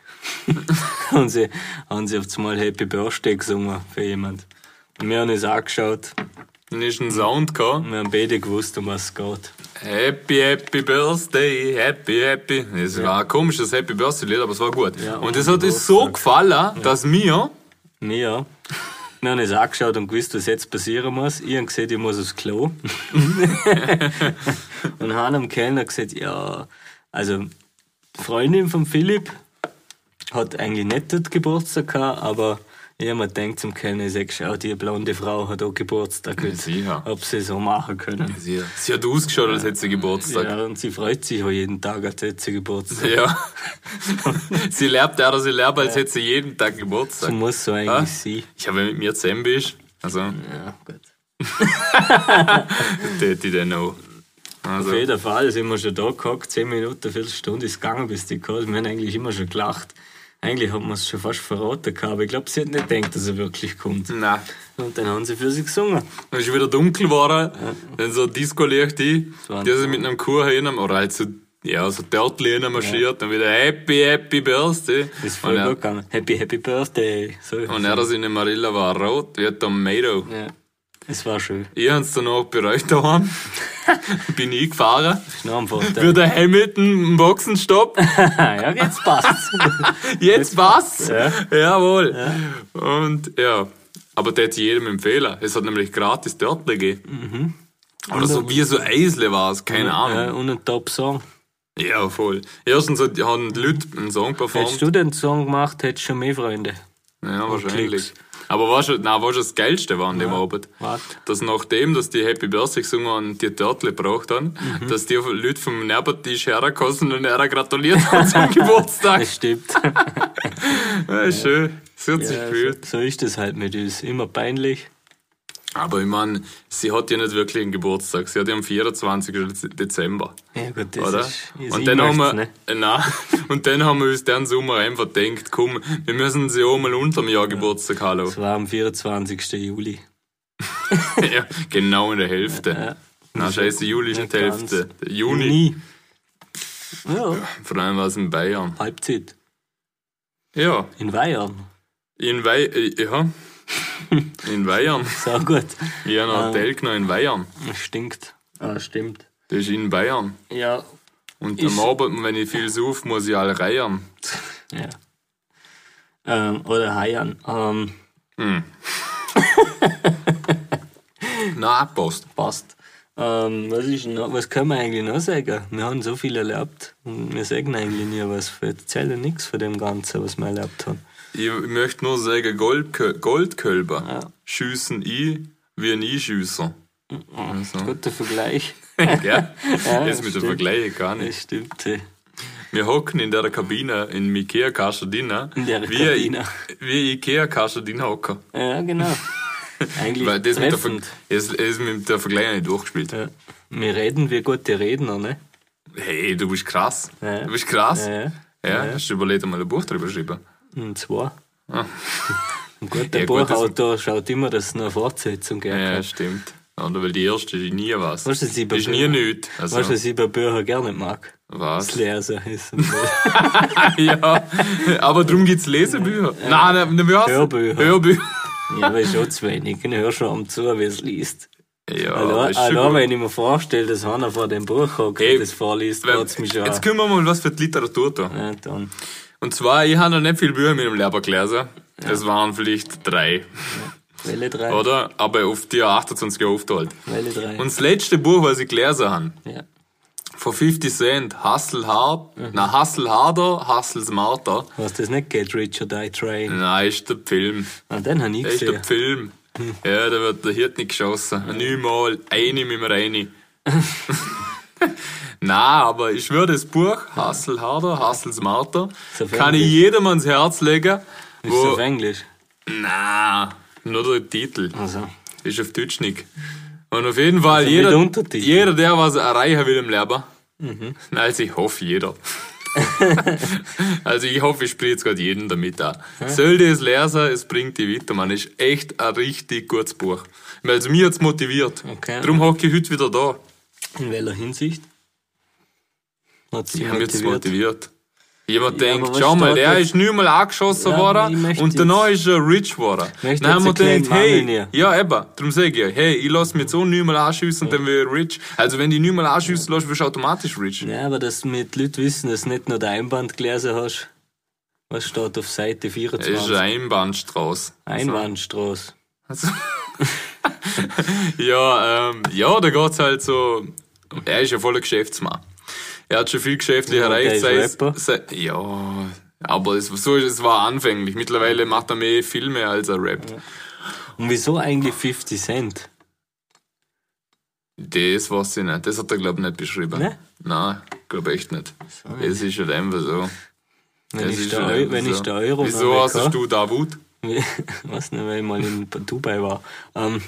S5: [laughs] haben sie, haben sie auf einmal Happy Birthday gesungen für jemand. Und wir haben uns angeschaut
S3: Dann ist ein Sound gehabt.
S5: und wir haben beide gewusst, um was es geht.
S3: Happy, happy Birthday, happy, happy. Es war ein komisches Happy Birthday Lied, aber es war gut.
S5: Ja,
S3: und
S5: und
S3: es hat uns so gefallen, dass wir,
S5: Wir, ja. wir haben uns angeschaut und gewusst, was jetzt passieren muss. Ich habe gesagt, ich muss aufs Klo. und haben am Kellner gesagt, ja, also die Freundin von Philipp hat eigentlich nicht dort Geburtstag gehabt, aber ich habe mir gedacht zum Kellner, ich sage, schau, die blonde Frau hat auch Geburtstag.
S3: sicher.
S5: Ob sie so machen können.
S3: sie, sie hat ausgeschaut, als hätte sie Geburtstag.
S5: Ja, und sie freut sich auch jeden Tag, als hätte sie Geburtstag.
S3: Ja.
S5: [laughs]
S3: sie lebt auch, dass sie lebt, als hätte sie jeden Tag Geburtstag.
S5: So muss so eigentlich
S3: Ah.
S5: sein.
S3: Ich habe mit mir zusammen bist, also,
S5: Ja, gut.
S3: tät ich den auch. Also,
S5: Auf jeden Fall sind wir schon da gehockt, 10 Minuten, Viertelstunde ist gegangen, bis die kam. Wir haben eigentlich immer schon gelacht. Eigentlich hat man es schon fast verraten gehabt, aber ich glaube, sie hat nicht gedacht, dass er wirklich kommt.
S3: nein.
S5: Und dann haben sie für sie gesungen.
S3: Dann ist wieder dunkel geworden, dann so Disco-Licht ein,
S5: waren
S3: die sind mit einem Kuchen hin, oder halt so, ja, so Dörtli hin marschiert, dann wieder Happy, Happy Birthday.
S5: Das ist
S3: Und
S5: voll
S3: er-
S5: gut gegangen. Happy, happy birthday. So.
S3: Und er, dass in Marilla war rot wie ein Tomato.
S5: ja. Es war schön.
S3: Ich hab's danach bereut daheim. [laughs] Bin ich gefahren.
S5: Schnau am
S3: Für
S5: Vorteil.
S3: den Hamilton im Boxenstopp.
S5: ja, jetzt
S3: [laughs]
S5: passt
S3: Jetzt was?
S5: Ja.
S3: Jawohl. Und ja. Aber das hätte ich jedem empfehlen. Es hat nämlich gratis dort gegeben. Oder so wie so Eisle war es, keine
S5: ja,
S3: Ahnung.
S5: Und ein Top-Song.
S3: Ja, voll. Erstens hat- haben die Leute einen Song
S5: Hättest
S3: performt.
S5: du den Song gemacht, hättest du schon mehr Freunde.
S3: Ja, wahrscheinlich.
S5: Klicks.
S3: Aber was schon, nein, was schon das Geilste war an dem Abend?
S5: Warte.
S3: dass nachdem, dass die Happy Birthday gesungen haben, die Törtle gebracht haben,
S5: Mhm.
S3: dass die Leute vom Nerbertisch hergekommen sind und er gratuliert haben
S5: [laughs]
S3: zum Geburtstag.
S5: Das stimmt.
S3: Ja, ist schön. So hat sich
S5: Ja,
S3: [laughs]
S5: so,
S3: gefühlt.
S5: so ist das halt mit uns. Immer peinlich.
S3: Aber ich meine, sie hat ja nicht wirklich einen Geburtstag. Sie hat ja am 24. Dezember,
S5: Ja gut, das
S3: oder?
S5: ist, ist
S3: und, dann haben wir,
S5: E-Mails, ne?
S3: äh, nein, [laughs] und dann haben wir uns den Sommer einfach gedacht, komm, wir müssen sie auch mal unterm Jahr Geburtstag hallo.
S5: Das war am 24. Juli.
S3: [laughs] ja, genau in der Hälfte. Na, scheiße, Juli ist
S5: Ja,
S3: nicht die
S5: ganz.
S3: Hälfte. Juni,
S5: Nie. Ja,
S3: vor allem war es in Bayern.
S5: Halbzeit.
S3: Ja,
S5: In Bayern.
S3: In Wei äh,
S5: [laughs]
S3: ja. In Bayern.
S5: So gut.
S3: Ich habe
S5: Ah.
S3: ein Hotel genommen in Bayern.
S5: Das stinkt. Ah, stimmt.
S3: Das ist in Bayern.
S5: Ja.
S3: Und
S5: Ist-
S3: am Abend, wenn ich viel suche, muss ich alle reiern.
S5: ja. Ähm, oder Hayan. Ähm,
S3: Na, passt.
S5: passt. Ähm, was, ist noch, was können wir eigentlich noch sagen? Wir haben so viel erlebt. Und wir sagen eigentlich nie was. Wir erzählen nichts von dem Ganzen, was wir erlebt haben.
S3: Ich möchte nur sagen, Goldkö Goldkölber
S5: Ja.
S3: schiessen ich wie ein Einschüsser. Also,
S5: Guter Vergleich.
S3: gell?
S5: [laughs] Ja,
S3: Jetzt mit dem
S5: stimmt.
S3: Vergleich gar nicht.
S5: Das stimmt. eh.
S3: Wir hocken in der Kabine, in Ikea-Kasche drin. ne?
S5: In der
S3: wie,
S5: Kabine.
S3: Wie Ikea-Kasche drin hocken.
S5: [laughs] Ja, genau. Eigentlich
S3: Weil das mit, der Ver
S5: treffend.
S3: das, das mit der Vergleich nicht durchgespielt.
S5: Ja. Wir reden wie gute Redner, ne?
S3: Hey, du bist krass.
S5: Ja.
S3: Du bist krass. Ja,
S5: Ja,
S3: hast du überlegt, mal ein Buch drüber schreiben.
S5: und zwar. [laughs] Ein guter
S3: Ah. Ja, gut, das-
S5: Buchautor schaut immer, dass es eine Fortsetzung gibt.
S3: Ja, stimmt. Oder weil die erste ist nie was.
S5: Weißt du, sie
S3: ist nie
S5: überprüfen.
S3: nichts. Also,
S5: Weißt du, was ich bei Büchern gar nicht mag? Das [laughs]
S3: was?
S5: Lesen ist
S3: [laughs] ja, aber darum gibt es Lesebücher. Nein, nein, nein, wie heißt
S5: Hörbücher.
S3: Hörbücher.
S5: Ja, aber ist schon zu wenig. Ich höre schon am zu, wie es liest.
S3: Ja,
S5: Allein,
S3: Ah, ist schon
S5: allein
S3: gut.
S5: wenn ich mir vorstelle, dass einer vor dem Buch hockt
S3: Ey,
S5: und das vorliest,
S3: Weil-
S5: geht es mich schon
S3: Jetzt
S5: an.
S3: können wir mal was für die Literatur tun.
S5: Ja, dann.
S3: Und zwar, ich habe noch nicht viele Bücher in meinem Lehrer gelesen. Es waren vielleicht drei,
S5: Welle 3.
S3: oder? Aber auf die 28 Jahre aufgeteilt.
S5: Welle 3.
S3: Und das letzte Buch, was ich gelesen habe,
S5: ja.
S3: von 50 Cent, Hustle Hard, na Hustle Harder, Hustle Smarter.
S5: Was das nicht geht, Richard I. Train.
S3: Nein, ist der Film.
S5: Ah, den habe ich
S3: Das ist
S5: gesehen.
S3: der Film. Ja, da wird der Hirt nicht geschossen. Neunmal, eine mit dem Reini. Nein, aber ich schwöre, das Buch, Hustle Harder, Hustle Smarter,
S5: So auf
S3: kann ich
S5: Englisch?
S3: jedem ans Herz legen.
S5: Ist das auf
S3: Wo,
S5: Englisch?
S3: na, nur der Titel.
S5: Also,
S3: Ist auf Deutsch nicht. Und auf jeden Fall,
S5: mit
S3: jeder,
S5: Untertiteln?
S3: jeder, der was erreichen will im Leben, also ich hoffe,
S5: [laughs]
S3: jeder. also ich hoffe, ich spreche jetzt gerade jeden damit an. Sollte es lesen, es bringt die weiter, man. Ist echt ein richtig gutes Buch. Also mich hat's motiviert.
S5: Okay.
S3: Darum hocke ich heute wieder da.
S5: in welcher Hinsicht? Hat sie
S3: Ich habe jetzt
S5: motiviert?
S3: motiviert. Jemand
S5: Ja, aber
S3: denkt,
S5: was
S3: schau mal,
S5: steht
S3: der
S5: jetzt?
S3: ist nicht mal angeschossen
S5: Ja, aber ich
S3: worden
S5: möchte
S3: und danach ist er rich geworden.
S5: möchte
S3: Dann haben wir
S5: jetzt einen
S3: gedacht,
S5: kleinen
S3: hey,
S5: Mangel
S3: ja eben, darum sage ich euch, hey, ich lasse mich so nicht mal anschiessen und dann wäre ich rich. Also wenn du nicht mal anschiessen lässt, wirst du automatisch rich.
S5: Ja, aber dass mit Leute wissen, dass du nicht nur den Einband gelesen hast. Was steht auf Seite
S3: Das ist
S5: 24?
S3: eine Einbahnstraße.
S5: Einbahnstraße.
S3: Also, ja, ähm, ja, da geht's halt so. Er ist ja voller Geschäftsmann. Er hat schon viel geschäftlich
S5: Ja, der
S3: erreicht.
S5: ist
S3: Sei es,
S5: Rapper.
S3: sei, ja, aber es, so ist, es war anfänglich. Mittlerweile macht er mehr Filme als er rappt.
S5: Und wieso eigentlich 50 Cent?
S3: Das weiß ich nicht. Das hat er, glaube ich, nicht beschrieben.
S5: Ne?
S3: Nein, glaube echt nicht. Es ist halt einfach so.
S5: Wenn,
S3: Es
S5: ich
S3: ist
S5: der,
S3: halt
S5: Eu
S3: einfach
S5: wenn
S3: so.
S5: ich der Euro
S3: Wieso
S5: noch nicht
S3: hast
S5: hab,
S3: du da Wut?
S5: [laughs] weiß nicht, weil ich mal in Dubai war. Ähm,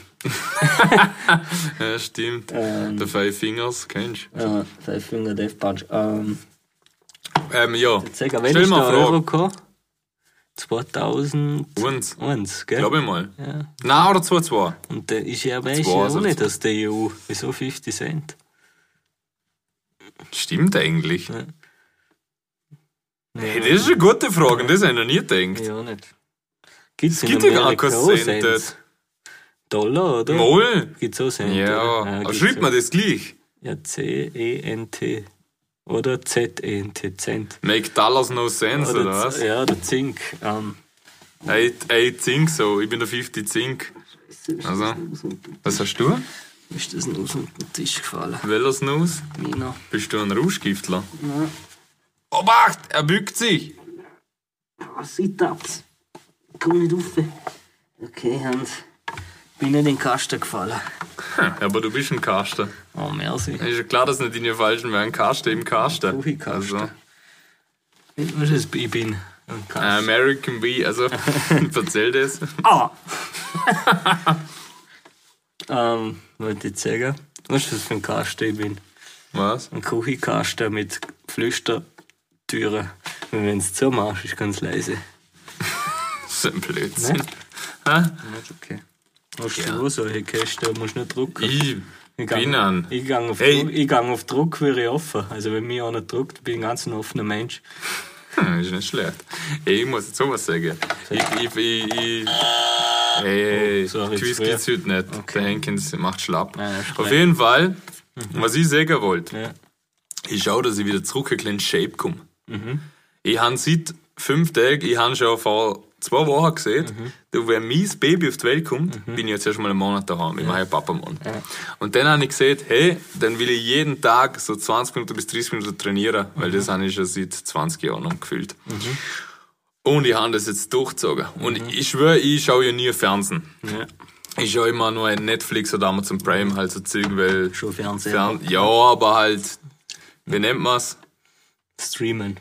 S3: Ja, stimmt.
S5: Ähm.
S3: Der Five Fingers, kennst du?
S5: äh, Five Finger Death Punch. Ähm,
S3: Ähm, ja.
S5: sag, wenn
S3: Stell
S5: ich
S3: mal
S5: der
S3: eine
S5: Euro
S3: Frage.
S5: kam, 2001,
S3: Uns.
S5: gell?
S3: Glaube ich mal.
S5: Ja.
S3: Nein, oder 2-2.
S5: Und da ist ja aber ist ja
S3: Zwei,
S5: auch
S3: so
S5: nicht aus der EU. Wieso 50 Cent?
S3: Stimmt eigentlich.
S5: Ja.
S3: Hey, das ist eine gute Frage, an das habe ich noch nie gedacht.
S5: Ja, nicht. Gibt's in
S3: gibt ja gar
S5: Amerika
S3: keinen
S5: auch
S3: Cent.
S5: Cent? Dollar, oder?
S3: Moll?
S5: Gibt's auch Cent?
S3: Ja,
S5: oder?
S3: aber
S5: gibt's
S3: schreibt
S5: ja.
S3: man das gleich?
S5: Ja, C-E-N-T. Oder E Z-E-N-T, Cent.
S3: Make dollars no sense, oder,
S5: Z-
S3: was?
S5: Ja, der Zink. Ähm,
S3: Ey, ey, Zink so, ich bin der 50 Zink. Also, was hast du?
S5: ist das nur so unter den Tisch gefallen?
S3: Welcher Snooze?
S5: Nina.
S3: Bist du ein Rauschgiftler? Nein. Obacht, er bückt sich!
S5: Sit-ups. Komm nicht rauf. Okay, Hans. Bin in den Kasten gefallen.
S3: Hm, aber du bist ein Kasten.
S5: Oh, merci.
S3: Ist ja klar, dass nicht in dir falschen wäre. Ein Kasten im Kasten.
S5: Profi Kasten.
S3: Also,
S5: Ich weiß, es, ich bin im Kasten.
S3: American Bee, also, [laughs] erzähl das.
S5: Ah! ähm, wollte ich sagen. Weißt du, was für ein Kasten ich bin?
S3: Was? [laughs]
S5: Ein Kuchikasten mit Flüstertüren. Und wenn es zumachst, ist ganz leise.
S3: Das ist ein Blödsinn.
S5: Okay. Hast du auch solche Kästen, musst du nicht drucken.
S3: Ich
S5: Ich gang-
S3: bin an.
S5: Ich gang auf,
S3: Ey.
S5: Druck, ich gang auf Druck, wäre ich offen. Also wenn mich einer druckt, bin ich ein ganz ein offener Mensch.
S3: Hm, ist nicht schlecht. Ey, ich muss jetzt sowas sagen. Ich, ich, ich, ich Ey,
S5: Oh, sorry,
S3: Quiz
S5: zu
S3: geht's heute nicht.
S5: Okay.
S3: Der Henkins macht schlapp.
S5: Nein, ist
S3: Auf
S5: korrekt.
S3: jeden Fall, was ich sagen wollte,
S5: Ja.
S3: ich schaue, dass ich wieder zurück in den Shape komme. Ich habe seit fünf Tagen, ich habe schon vor zwei Wochen gesehen,
S5: Mhm.
S3: da, wenn mein Baby auf die Welt kommt, bin ich jetzt erst mal einen Monat daheim, ich mache einen Papamon. Und dann habe ich gesehen, hey, dann will ich jeden Tag so 20 Minuten bis 30 Minuten trainieren,
S5: Mhm.
S3: weil das habe ich schon seit 20 Jahren noch gefühlt.
S5: Mhm.
S3: Und ich habe das jetzt durchgezogen. Und ich schwöre, ich schaue ja nie Fernsehen.
S5: Ja.
S3: Ich schaue immer nur Netflix oder Amazon Prime, halt so Zeug, weil...
S5: Schon Fernsehen.
S3: Fern ja, aber halt, wie nennt man's?
S5: Streamen.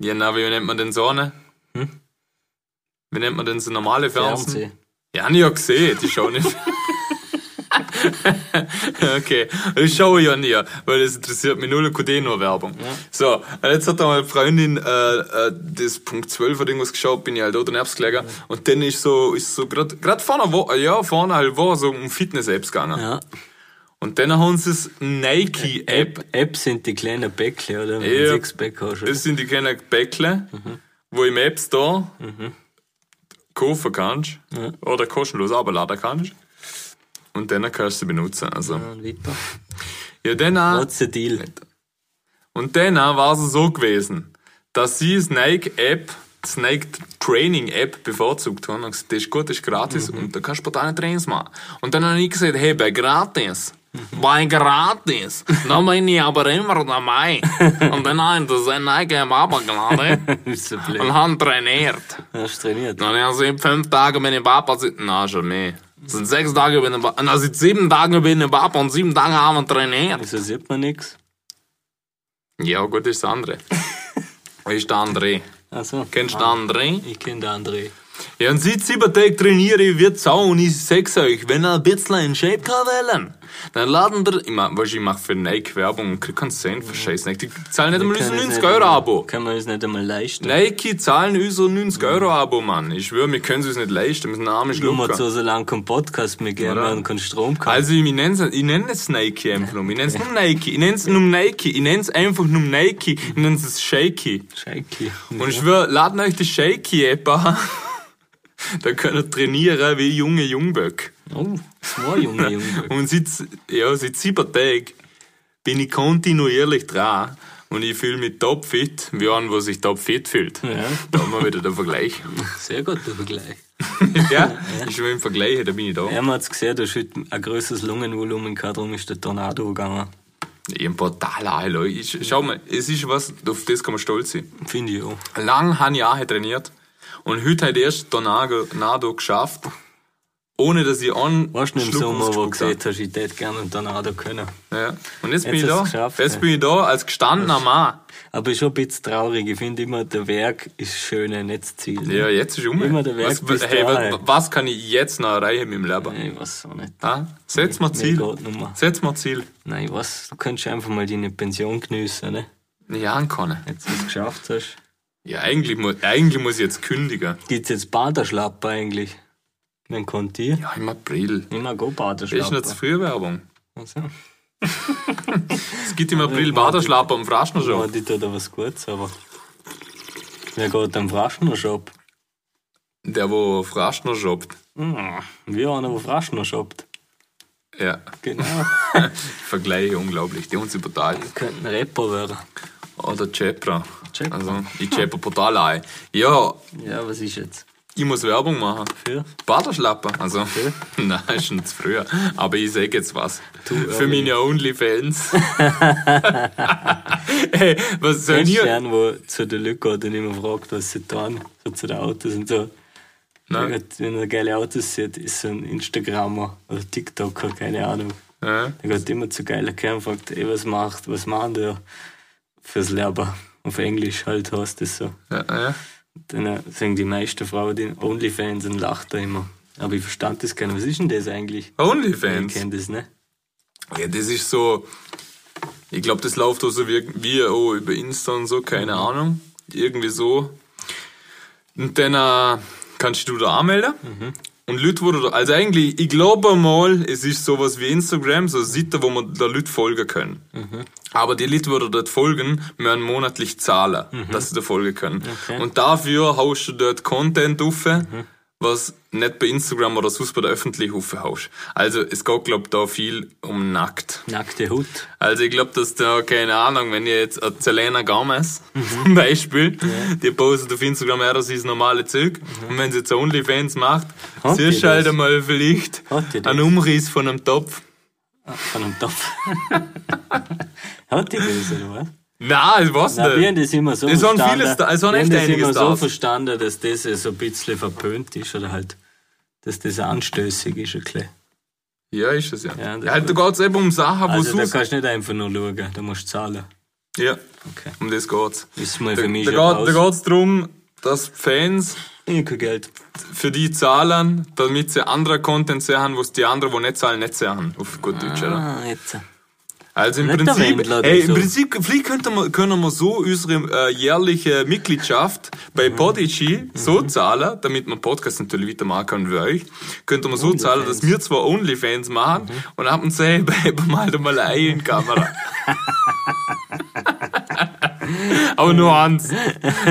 S3: Ja, na, wie Hm? nennt man den so, ne? Wie nennt man denn so normale Fernsehen?
S5: Fernsehen.
S3: Ja, hab ich ja gesehen, die Show nicht. [laughs] okay, das schaue ich ja nie, weil das interessiert mich null QD nur Werbung. So, und jetzt hat da meine Freundin äh, äh, das Punkt 12 oder irgendwas geschaut, bin ich halt dort und hab's gelegen. Und dann ist so, ist so gerade grad vorne, wo, ja, vorne halt war so um Fitness-Apps gegangen.
S5: Ja.
S3: Und dann haben sie das Nike-App,
S5: Apps sind die kleinen Bäckle, oder? Wenn
S3: Ja.
S5: du Sixpack hast. oder?
S3: das sind die kleinen Bäckle, wo im App Store kaufen kannst oder kostenlos abladen kannst. Und dann kannst du sie benutzen. Also.
S5: Und weiter.
S3: Ja, dann auch.
S5: What's the deal? [laughs]
S3: Und dann war es so gewesen, dass sie das Nike-App, das Nike-Training-App bevorzugt haben und gesagt, das ist gut, das ist gratis und da kannst du spontan Trainings machen. Und dann habe ich gesagt, hey, bei gratis, bei gratis, dann bin ich aber immer dabei. und dann habe ich das Nike-App
S5: [laughs]
S3: abgeladen
S5: Ist so blöd.
S3: und habe trainiert.
S5: Hast du trainiert?
S3: Und dann sind fünf Tage mit dem Papa, sind- na schon mehr. Sind sechs Tage mit dem Papa, na sind sieben Tage mit dem Papa und sieben Tage haben wir trainiert.
S5: Wieso sieht man nichts?
S3: Ja, gut, das ist das [laughs] andere. Das ist der André.
S5: Achso.
S3: Kennst du den André?
S5: Ich kenne den André.
S3: Ja, und seit sieben Tagen trainiere ich wie Sau und ich sag's euch, wenn ihr ein bisschen in Shape kann wollen, dann laden der, ich mach, weißt, du, ich mach für Nike Werbung und krieg keinen Cent für Scheiß Nike. Die zahlen nicht einmal unser
S5: Können es
S3: 90
S5: nicht
S3: Euro
S5: einmal-
S3: Abo.
S5: Können wir uns nicht einmal leisten.
S3: Nike zahlen unser 90 Euro Abo, Mann. Ich schwöre, wir können es uns nicht leisten, wir sind arme
S5: Nur mal
S3: Schlucker.
S5: so, so lange kein Podcast mehr geben
S3: Oder?
S5: und keinen Strom kann.
S3: Also, ich nenn's, ich nenn es Nike einfach nur. Ich nenn's nur Nike. Ich nenn's nur Nike. Ich nenn's einfach nur Nike. Ich nenn's es Shaky.
S5: Scheiße.
S3: Und ich schwöre, laden euch die Shaky-App an. [laughs] da könnt ihr trainieren wie junge Jungböck.
S5: Oh, zwei junge Junge.
S3: Und seit, ja, seit sieben Tagen bin ich kontinuierlich dran. Und ich fühle mich topfit, wie einer, der sich topfit fühlt.
S5: Ja.
S3: Da haben wir wieder den
S5: [laughs]
S3: Vergleich.
S5: Sehr guter Vergleich.
S3: ja, ich will im Vergleich, da bin ich da.
S5: Ja, man hat's gesehen, da ist heute ein größeres Lungenvolumen gehabt, darum ist der Tornado gegangen.
S3: Ich bin brutal alle Leute. Ich- Schau mal, es ist was, auf das kann man stolz sein.
S5: Finde ich auch.
S3: Lang habe ich auch trainiert. Und heute habe ich erst Tornado Tornado geschafft, ohne dass ich einen
S5: Weißt du, nicht im
S3: Schluck
S5: Sommer, wo du
S3: ausgespuckt habe.
S5: gesehen hast, ich hätte gerne einen Tornado können.
S3: Ja. Und jetzt, bin ich
S5: Jetzt
S3: da.
S5: hast du's geschafft,
S3: jetzt
S5: ja.
S3: bin ich da als gestandener Mann.
S5: Aber ist schon ein bisschen traurig. Ich finde immer, der Werk ist das Schöne, nicht das Ziel.
S3: Ja, jetzt ist um.
S5: Immer der Weg
S3: was,
S5: bis
S3: hey,
S5: dahin.
S3: was, was kann ich jetzt noch erreichen mit dem Leben?
S5: Nein, ich weiß auch nicht.
S3: Ah, setz mal Ziel.
S5: geht nicht mehr.
S3: Setz mal Ziel.
S5: Nein, ich weiß, du könntest einfach mal deine Pension geniessen, ne?
S3: Ja, ankonnen.
S5: Jetzt, was du geschafft hast.
S3: Ja, eigentlich, mu eigentlich muss ich jetzt kündigen.
S5: Gibt's jetzt Baderschlapper eigentlich? Wann kommt die?
S3: Ja, im April.
S5: Ich mag
S3: Das
S5: auch
S3: ist
S5: Baderschlapper.
S3: nicht zu früh Werbung.
S5: Also,
S3: Es gibt im April Baderschlapper am Fraschner
S5: ja,
S3: schon.
S5: die tut auch was Gutes, aber... Wer geht am Fraschner-Shop?
S3: Der, wo Fraschner shoppt.
S5: Hm, wie einer, der Fraschner shoppt.
S3: Ja,
S5: Genau. [laughs]
S3: Vergleiche unglaublich. Die uns überteilt.
S5: Könnte ein Rapper werden.
S3: Oder Chepra.
S5: Chepra.
S3: Also, ich Chepra brutal ein. Ja,
S5: Ja, was ist jetzt?
S3: ich muss Werbung machen.
S5: Für?
S3: Baderschlapper, also. [laughs] Nein, ist schon zu früh. Aber ich sag jetzt was. Für meine Onlyfans. [laughs] hey, was soll
S5: Kennst
S3: ich?
S5: du einen, der zu den Leuten geht und immer fragt, was sie tun? So zu den Autos und so.
S3: Nein.
S5: Wenn er geile Autos sieht, ist so ein Instagrammer oder TikToker, keine Ahnung.
S3: Ja.
S5: Der geht immer zu geiler Kerl und fragt, ey, was macht, was machen die fürs Leben? Auf Englisch halt heißt das so.
S3: Ja, ja.
S5: Dann äh, sagen die meisten Frauen die Onlyfans und lacht da immer. Aber ich verstand das gar nicht. Was ist denn das eigentlich? Ich
S3: Onlyfans?
S5: kenne das, ne?
S3: Ja, das ist so. Ich glaube, das läuft auch so wie, wie auch über Insta und so, keine Ahnung. Irgendwie so. Und dann äh, kannst du dich da anmelden. Und Leute, wo du da, also eigentlich, ich glaube mal, es ist sowas wie Instagram, so eine Seite, wo man da Leute folgen können. Aber die Leute, die dir dort folgen, müssen monatlich zahlen, dass sie da folgen können. Und dafür haust du dort Content auf, was nicht bei Instagram oder sonst bei der Öffentlichkeit aufhaust. Also es geht, glaube ich, da viel um nackt.
S5: Nackte Haut.
S3: Also ich glaube, dass da, keine Ahnung, wenn ihr jetzt äh, Selena Gomez [laughs] zum Beispiel, die postet auf Instagram her, das ist normale Zeug. Und wenn sie jetzt Onlyfans macht,
S5: Mhm. Hat die
S3: siehst du halt
S5: das?
S3: einmal vielleicht
S5: Hat die das?
S3: einen Umriss von einem Topf.
S5: Von einem Topf. [laughs] Hat die das, oder was?
S3: Nein, ich weiß
S5: Nein, wir haben
S3: nicht.
S5: das immer so
S3: Es waren
S5: verstanden.
S3: viele Sta- es waren
S5: wir haben
S3: echt
S5: das
S3: einige
S5: immer so
S3: Stars.
S5: verstanden, dass das äh, so ein bisschen verpönt ist oder halt, dass das anstößig ist. Ein bisschen.
S3: Ja, ist es ja.
S5: Ja, das
S3: ja halt, da geht's eben um Sachen, wo
S5: Also da
S3: sonst...
S5: kannst du nicht einfach nur schauen, da musst du zahlen.
S3: Ja,
S5: Okay.
S3: um das geht's.
S5: Ist mal
S3: Da,
S5: für
S3: da,
S5: mich
S3: geht,
S5: schon raus.
S3: da geht's drum, dass Fans
S5: Ich hab kein Geld.
S3: für die zahlen, damit sie andere Content sehen, was die anderen, die nicht zahlen, nicht sehen. Auf gut Deutsch, oder?
S5: Ah, jetzt.
S3: Also im
S5: Nicht der
S3: Prinzip,
S5: Wendler,
S3: ey, im
S5: so.
S3: Prinzip, vielleicht könnte man, können wir so unsere äh, jährliche Mitgliedschaft
S5: Mhm.
S3: bei Podigy so zahlen, damit wir Podcast natürlich weitermachen können wie euch, könnte man so zahlen, dass wir zwar Onlyfans machen
S5: Mhm.
S3: und ab und zu, hey, [laughs] Babe, mal doch mal eine in die
S5: [laughs]
S3: Kamera. Aber nur eins.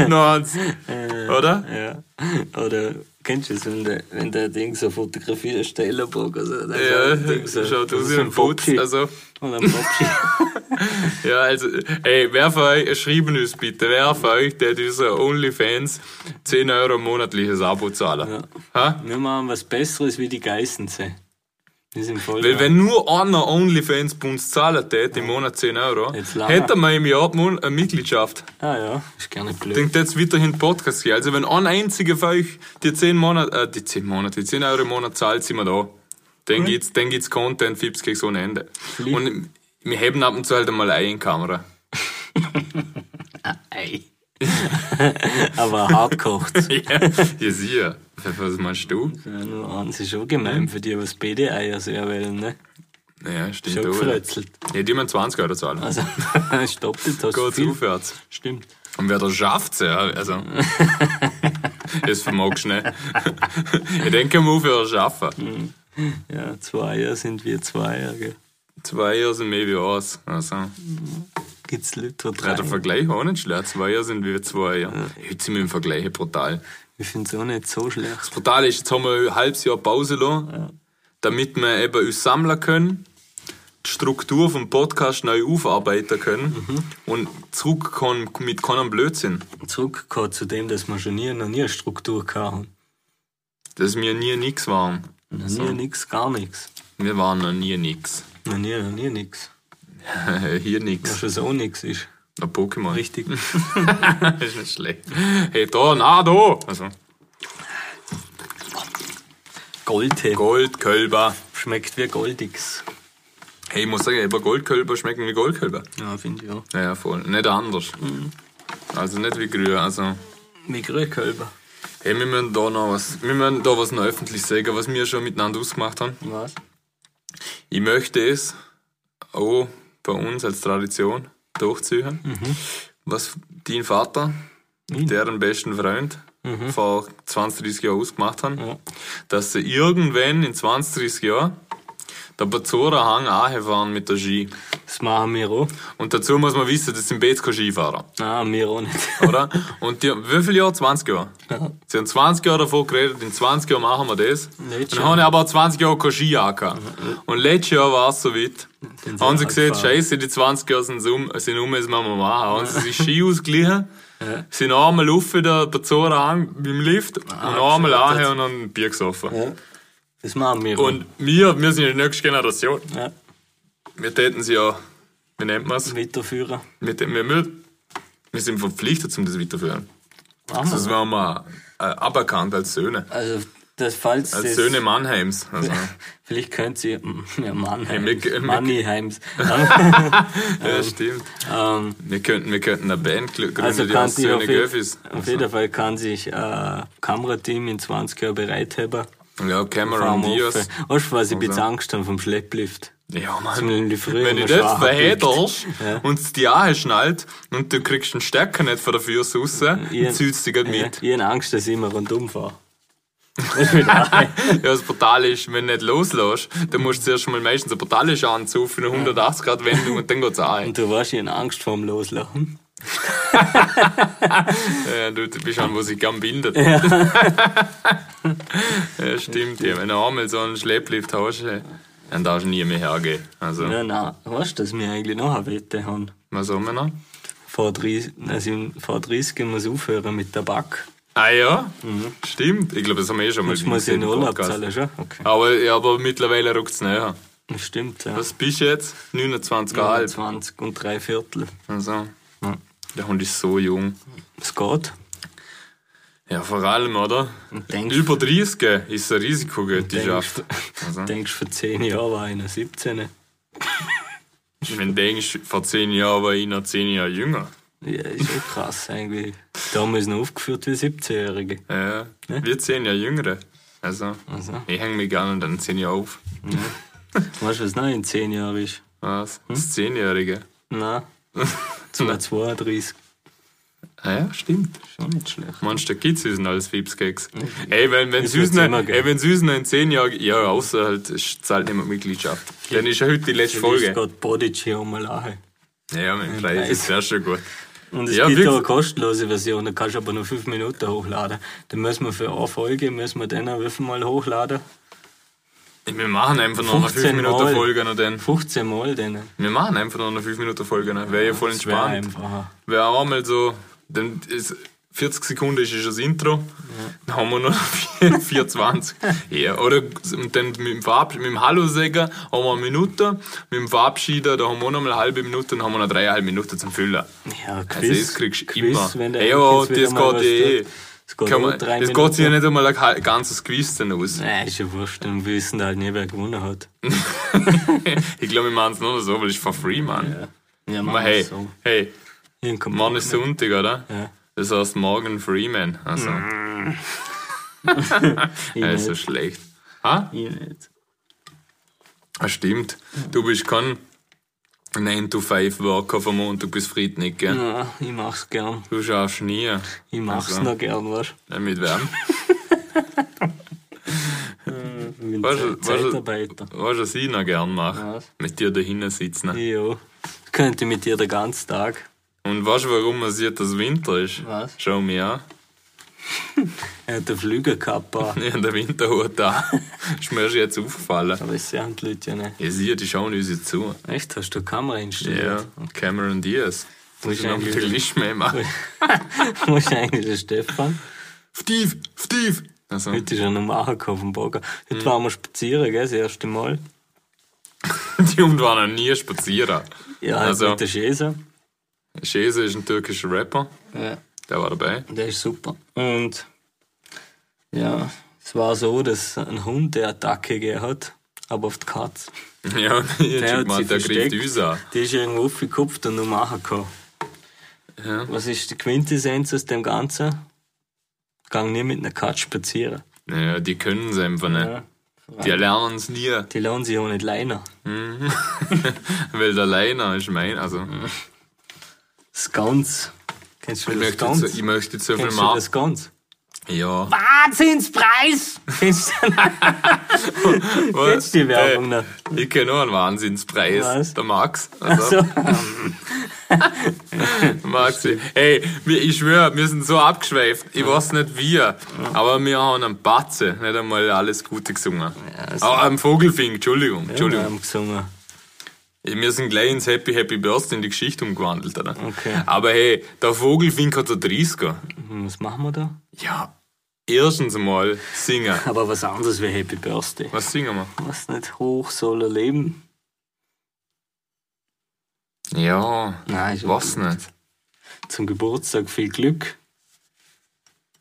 S3: Nur eins.
S5: Äh,
S3: Oder?
S5: Ja. Oder kennst du es, wenn der, wenn der Ding so fotografiert, ein Stellenbogen? Also, dann
S3: Ja,
S5: schaut das Ding so-
S3: schaut
S5: das
S3: aus
S5: ist
S3: wie ein Putz,
S5: Popschi.
S3: also.
S5: Und ein Popschi.
S3: Ja, also, ey, wer von euch, schreiben uns bitte, wer von euch, der dieser OnlyFans 10 Euro monatliches Abo zahlen? Ha?
S5: Wir machen was Besseres wie die Geißensee. Die sind voll.
S3: Weil
S5: geil.
S3: wenn nur einer OnlyFans bei uns zahlen tät, im Monat 10 Euro,
S5: Jetzt lachen.
S3: hätte man im Jahr mon- eine Mitgliedschaft.
S5: ah ja, ist gar nicht blöd.
S3: Denkt jetzt weiterhin Podcast hier. Also wenn ein einziger von euch die 10 Monate, äh, die 10 Monate, die 10 Euro im Monat zahlt, sind wir da. Dann gibt's, dann gibt's Content, Fipskeks ohne Ende. Und wir heben ab und zu halt einmal eine in die Kamera.
S5: Ei. Aber hart kocht.
S3: ja, ja, sicher. Was meinst du?
S5: Ja, nur eins ist schon gemein für die, was BD-Eier sehr wählen, ne?
S3: Ja, stimmt.
S5: Schon
S3: auch, oder?
S5: gefrötzelt.
S3: Ja, die müssen 20 Euro zahlen. Also,
S5: Also, [laughs] stopp, das hast du
S3: Geht's
S5: viel.
S3: aufwärts.
S5: Stimmt.
S3: Und wer das schafft, ja,
S5: [laughs]
S3: also. das vermagst du nicht. ich denke, man aufhören schaffen.
S5: Ja, zwei Eier sind wir zwei Eier, gell?
S3: Zwei Jahre sind mehr wie eins. Also,
S5: Gibt's Leute, die
S3: ja, der
S5: drei.
S3: Vergleich auch nicht schlecht. Zwei Jahre sind wie zwei Jahre. Jetzt sind wir im Vergleich brutal.
S5: Ich find's auch nicht so schlecht.
S3: Das Brutale ist, jetzt haben wir ein halbes Jahr Pause gelassen, damit wir eben uns sammeln können, die Struktur vom Podcast neu aufarbeiten können
S5: Mhm.
S3: und zurück kann mit keinem Blödsinn.
S5: Zurückgekommen zu dem, dass wir schon nie, noch nie eine Struktur hatten.
S3: Dass wir nie nix waren.
S5: Noch nie nix, gar nix.
S3: Wir waren noch nie nix.
S5: Noch nie, noch nie nix.
S3: Hier
S5: Was
S3: nix.
S5: schon so nix ist.
S3: Ein Pokémon.
S5: Richtig.
S3: ist nicht schlecht. Hey, da, na, da. Also,
S5: Goldtee.
S3: Goldkölber.
S5: Schmeckt wie Goldix.
S3: Hey, ich muss sagen, eben Goldkölber schmecken wie Goldkölber.
S5: Ja, finde ich auch.
S3: Naja, voll. Nicht anders. Also nicht wie grün. Also,
S5: Wie Grünkölber.
S3: hey, wir müssen da noch was, wir müssen da was noch öffentlich sagen, was wir schon miteinander ausgemacht haben.
S5: Was?
S3: Ich möchte es auch bei uns als Tradition durchziehen. Was dein Vater, deren besten Freund, vor 20, 30 Jahren ausgemacht haben, dass sie irgendwann in 20, 30 Jahren den Bazzora Hang anfahren mit der Ski.
S5: Das machen wir auch.
S3: Und dazu muss man wissen, das sind Betz keine Skifahrer,
S5: Nein, wir auch nicht. [laughs]
S3: oder? Und die, wie viele Jahre? 20 Jahre. Sie haben 20 Jahre davon geredet, in 20 Jahren machen wir das.
S5: Letztes
S3: Dann
S5: Jahr.
S3: haben ich aber auch 20 Jahre keine Skijacke. Und letztes Jahr war es soweit.
S5: sind sie
S3: Haben sie
S5: auch
S3: gesehen,
S5: gefahren.
S3: scheiße, die 20 Jahre sind um, sind um das müssen wir machen. Haben sie sich
S5: [laughs]
S3: Ski ausgeglichen, sind einmal auf wieder der Zora an beim Lift und
S5: Ah,
S3: einmal anher und haben ein Bier gesoffen.
S5: Das machen wir
S3: Und wir, wir sind ja die nächste Generation.
S5: auch. Ja.
S3: Wir täten sie ja, wie nennt man es?
S5: Weiterführer.
S3: Mit dem wir müssen. Wir sind verpflichtet, um das weiterzuführen. Also das werden wir äh, aberkannt als Söhne.
S5: Also, das falls
S3: Als
S5: das,
S3: Söhne Mannheims. Also,
S5: [laughs] Vielleicht könnt ihr, mm, ja, Mannheim,
S3: Mick- Mick- Also
S5: Moneyheims.
S3: ja, stimmt.
S5: ähm,
S3: Wir könnten, wir könnten eine Band gl- gründen,
S5: also
S3: die
S5: kann
S3: als
S5: sich auf,
S3: Söhne Göffis.
S5: jeden- auf jeden Fall kann sich äh, Kamerateam in 20 Jahren bereit haben.
S3: Ja, Cameron Diaz.
S5: Weißt du, was ich jetzt Angst habe vom Schlepplift?
S3: Ja,
S5: Zumindest
S3: Mann.
S5: die früheren
S3: Wenn du
S5: Schwachen
S3: das verhädelst
S5: gibt. [laughs] Ja.
S3: und es die Ahe schnallt und du kriegst einen Stecker nicht von der Füße raus, dann ziehst du dich gerade mit.
S5: Ich habe Angst, dass ich immer rundum fahre.
S3: Ja, das Portal ist, wenn du nicht loslässt, dann musst du zuerst mal meistens ein Portal anzupfen, eine 180 Grad Wendung und dann geht's an.
S5: Und du weißt, ich habe Angst vorm Loslachen.
S3: Ja, du du bist an, wo sich gern bildet. [laughs] ja, stimmt. Ja, wenn du einmal so einen Schlepplift hast, ey, dann darfst du nie mehr hergehen. Also,
S5: Nein, nein, weißt du, dass wir eigentlich noch eine Wette haben?
S3: was haben wir noch?
S5: Vor 30, also in- vor 30 muss ich aufhören mit Tabak.
S3: Ah ja, stimmt. Ich glaube, das haben wir eh schon mal
S5: Mhm. Jetzt muss ich in
S3: im
S5: Urlaub
S3: Podcast.
S5: zahlen, schon? Okay.
S3: Aber, ja, aber mittlerweile rückt es näher.
S5: Stimmt, ja.
S3: Was bist du jetzt? 29,5.
S5: 20 und drei Viertel.
S3: Also,
S5: Ja.
S3: der Hund ist so jung.
S5: Es geht.
S3: Ja, vor allem, oder?
S5: Und denkst-
S3: Über 30 ist ein Risiko, gell, die
S5: Mhm. Denkst,
S3: schafft. Also,
S5: denkst vor 10 Jahren war einer 17.
S3: wenn du denkst, vor 10 Jahren war ich noch 10 Jahre jünger.
S5: Ja, ist schon krass eigentlich. Damals noch aufgeführt wie 17-Jährige.
S3: Ja, wir zehn Jahre jüngere. Also,
S5: Also.
S3: ich hänge mich gerne dann zehn Jahre auf.
S5: Weißt du, was neu in 10 Jahren ist?
S3: Was? Das Zehnjährige. [laughs]
S5: Nein. 2032.
S3: Ah ja, stimmt.
S5: Schon nicht schlecht.
S3: Meinst du, da gibt Süßen als Fipskeks? Ey, wenn, wenn
S5: Das wird's
S3: Süßen,
S5: immer geben.
S3: ey, wenn Süßen in zehn Jahren, ja, außer halt, es zahlt niemand Mitgliedschaft. Dann ist ja heute die letzte
S5: Ist
S3: Folge.
S5: gerade Bodici einmal an.
S3: Ja, mein Preis ist ja schon gut.
S5: Und es
S3: Ja,
S5: gibt
S3: wirklich.
S5: auch eine kostenlose Version, da kannst du aber nur 5 Minuten hochladen. Dann müssen wir für eine Folge, müssen wir den wie viel mal hochladen?
S3: Wir machen einfach noch eine
S5: 15
S3: 5
S5: Mal.
S3: Minuten Folge noch denn.
S5: 15 Mal den.
S3: Wir machen einfach noch eine 5 Minuten Folge noch. Wäre ja voll
S5: Das wär
S3: entspannt.
S5: einfacher.
S3: Wäre auch mal so, dann ist 40 Sekunden ist, ist das Intro. Dann haben wir noch [laughs] 4, 24. ja, oder s- und dann mit dem, Verabsch- mit dem Hallo sagen haben wir eine Minute. Mit dem Verabschieden, da haben wir noch mal eine halbe Minute und haben wir noch dreieinhalb Minuten zum Füllen.
S5: Ja,
S3: Also
S5: Quiz.
S3: das kriegst du
S5: Quiz,
S3: immer.
S5: Wenn der
S3: Ey,
S5: Elke
S3: ja,
S5: jetzt wieder
S3: das
S5: mal was
S3: geht eh.
S5: tut. Es geht
S3: Kann
S5: nur
S3: man-
S5: drei
S3: Das
S5: Minuten.
S3: geht sich ja nicht einmal ein ga- ganzes Quiz dann aus.
S5: Nein, ist ja wurscht, dann wissen halt nicht, wer gewonnen hat.
S3: [laughs] ich glaube, wir machen es nur so, weil ich for free, Mann.
S5: Ja,
S3: Aber
S5: machen wir
S3: hey,
S5: so.
S3: hey,
S5: Hier kommt
S3: morgen ist Sonntag, oder?
S5: Ja. Mm.
S3: Das heißt morgen Freeman. Also, [laughs]
S5: ich
S3: er ist so
S5: nicht,
S3: schlecht. Ah,
S5: ich nicht.
S3: ah, stimmt. Du bist kein 9-to-5-Worker von Montag bis Freitag, gell?
S5: Ja, ich mach's gern.
S3: Du schaffst nie.
S5: Ich mach's
S3: Also.
S5: noch gern, weißt
S3: Nicht mit wem?
S5: du? Ich bin
S3: Weißt du-
S5: Ze-
S3: weißt du-
S5: Zeitarbeiter.
S3: Weißt du, was ich noch gern mache?
S5: Was?
S3: Mit dir da hinten sitzen.
S5: Ja, könnte mit dir den ganzen Tag.
S3: Und weißt du, warum man sieht, dass Winter ist?
S5: Was?
S3: Schau mich an.
S5: Er hat den Flügerkappa.
S3: Ich habe den Winterhut an. ist mir erst jetzt aufgefallen.
S5: [laughs] Aber es sind die Leute ja nicht.
S3: Ihr seht, die schauen uns jetzt zu.
S5: Echt, hast du eine Kamera
S3: Ja,
S5: installiert?
S3: Cameron Diaz.
S5: Wo
S3: Muss
S5: ist
S3: ich noch
S5: eigentlich-
S3: nicht mehr machen.
S5: [laughs] Musst du eigentlich den Stefan?
S3: Steve! Steve! Also,
S5: Heute ist er noch mal angekommen vom Burger.
S3: Hm.
S5: Heute waren wir spazieren, gell, das erste Mal.
S3: [laughs] die Hund war noch nie spazieren.
S5: Ja, also.
S3: also,
S5: mit der Schäse.
S3: Schese ist ein türkischer Rapper.
S5: Ja.
S3: Der war dabei.
S5: Der ist super. Und ja, es war so, dass ein Hund der Attacke gegeben hat, aber auf die Katze.
S3: Ja, [laughs] und ich hab schon
S5: Der hat sie
S3: gemeint, der
S5: versteckt.
S3: greift uns an.
S5: Die ist irgendwo aufgekupft und nur angekommen.
S3: Ja.
S5: Was ist die Quintessenz aus dem Ganzen? Gang nie mit einer Katze spazieren.
S3: Naja, die können es einfach nicht.
S5: Ja.
S3: Die lernen es nie.
S5: Die lernen sich auch nicht leiner.
S3: Weil der Leiner ist mein. Also,
S5: Das Ganz. Kennst du
S3: ich,
S5: das
S3: möchte jetzt,
S5: Ganz?
S3: ich möchte jetzt so viel
S5: Kennst du
S3: machen.
S5: das Ganz?
S3: Ja.
S4: Wahnsinnspreis!
S5: [laughs] Kennst du kennst du die Werbung noch?
S3: Äh, Ich kenne nur einen Wahnsinnspreis.
S5: Was?
S3: Der Max. Also, [laughs]
S5: So.
S3: Max. Ey, wir, ich schwöre, wir sind so abgeschweift. Ich weiß nicht wie. Aber wir haben einen Batze. Nicht einmal alles Gute gesungen.
S5: also-
S3: Ah, am Vogelfing, Entschuldigung.
S5: Wir
S3: Entschuldigung.
S5: haben gesungen.
S3: Wir sind gleich ins Happy Happy Birthday in die Geschichte umgewandelt, oder?
S5: Okay.
S3: Aber hey, der Vogelfink hat so 30er.
S5: Hm, Was machen wir da?
S3: Ja, erstens mal singen.
S5: Aber was anderes wie Happy Birthday.
S3: Was singen wir?
S5: Was nicht hoch soll er leben?
S3: Ja,
S5: Nein, ich
S3: was nicht.
S5: Zum Geburtstag viel Glück.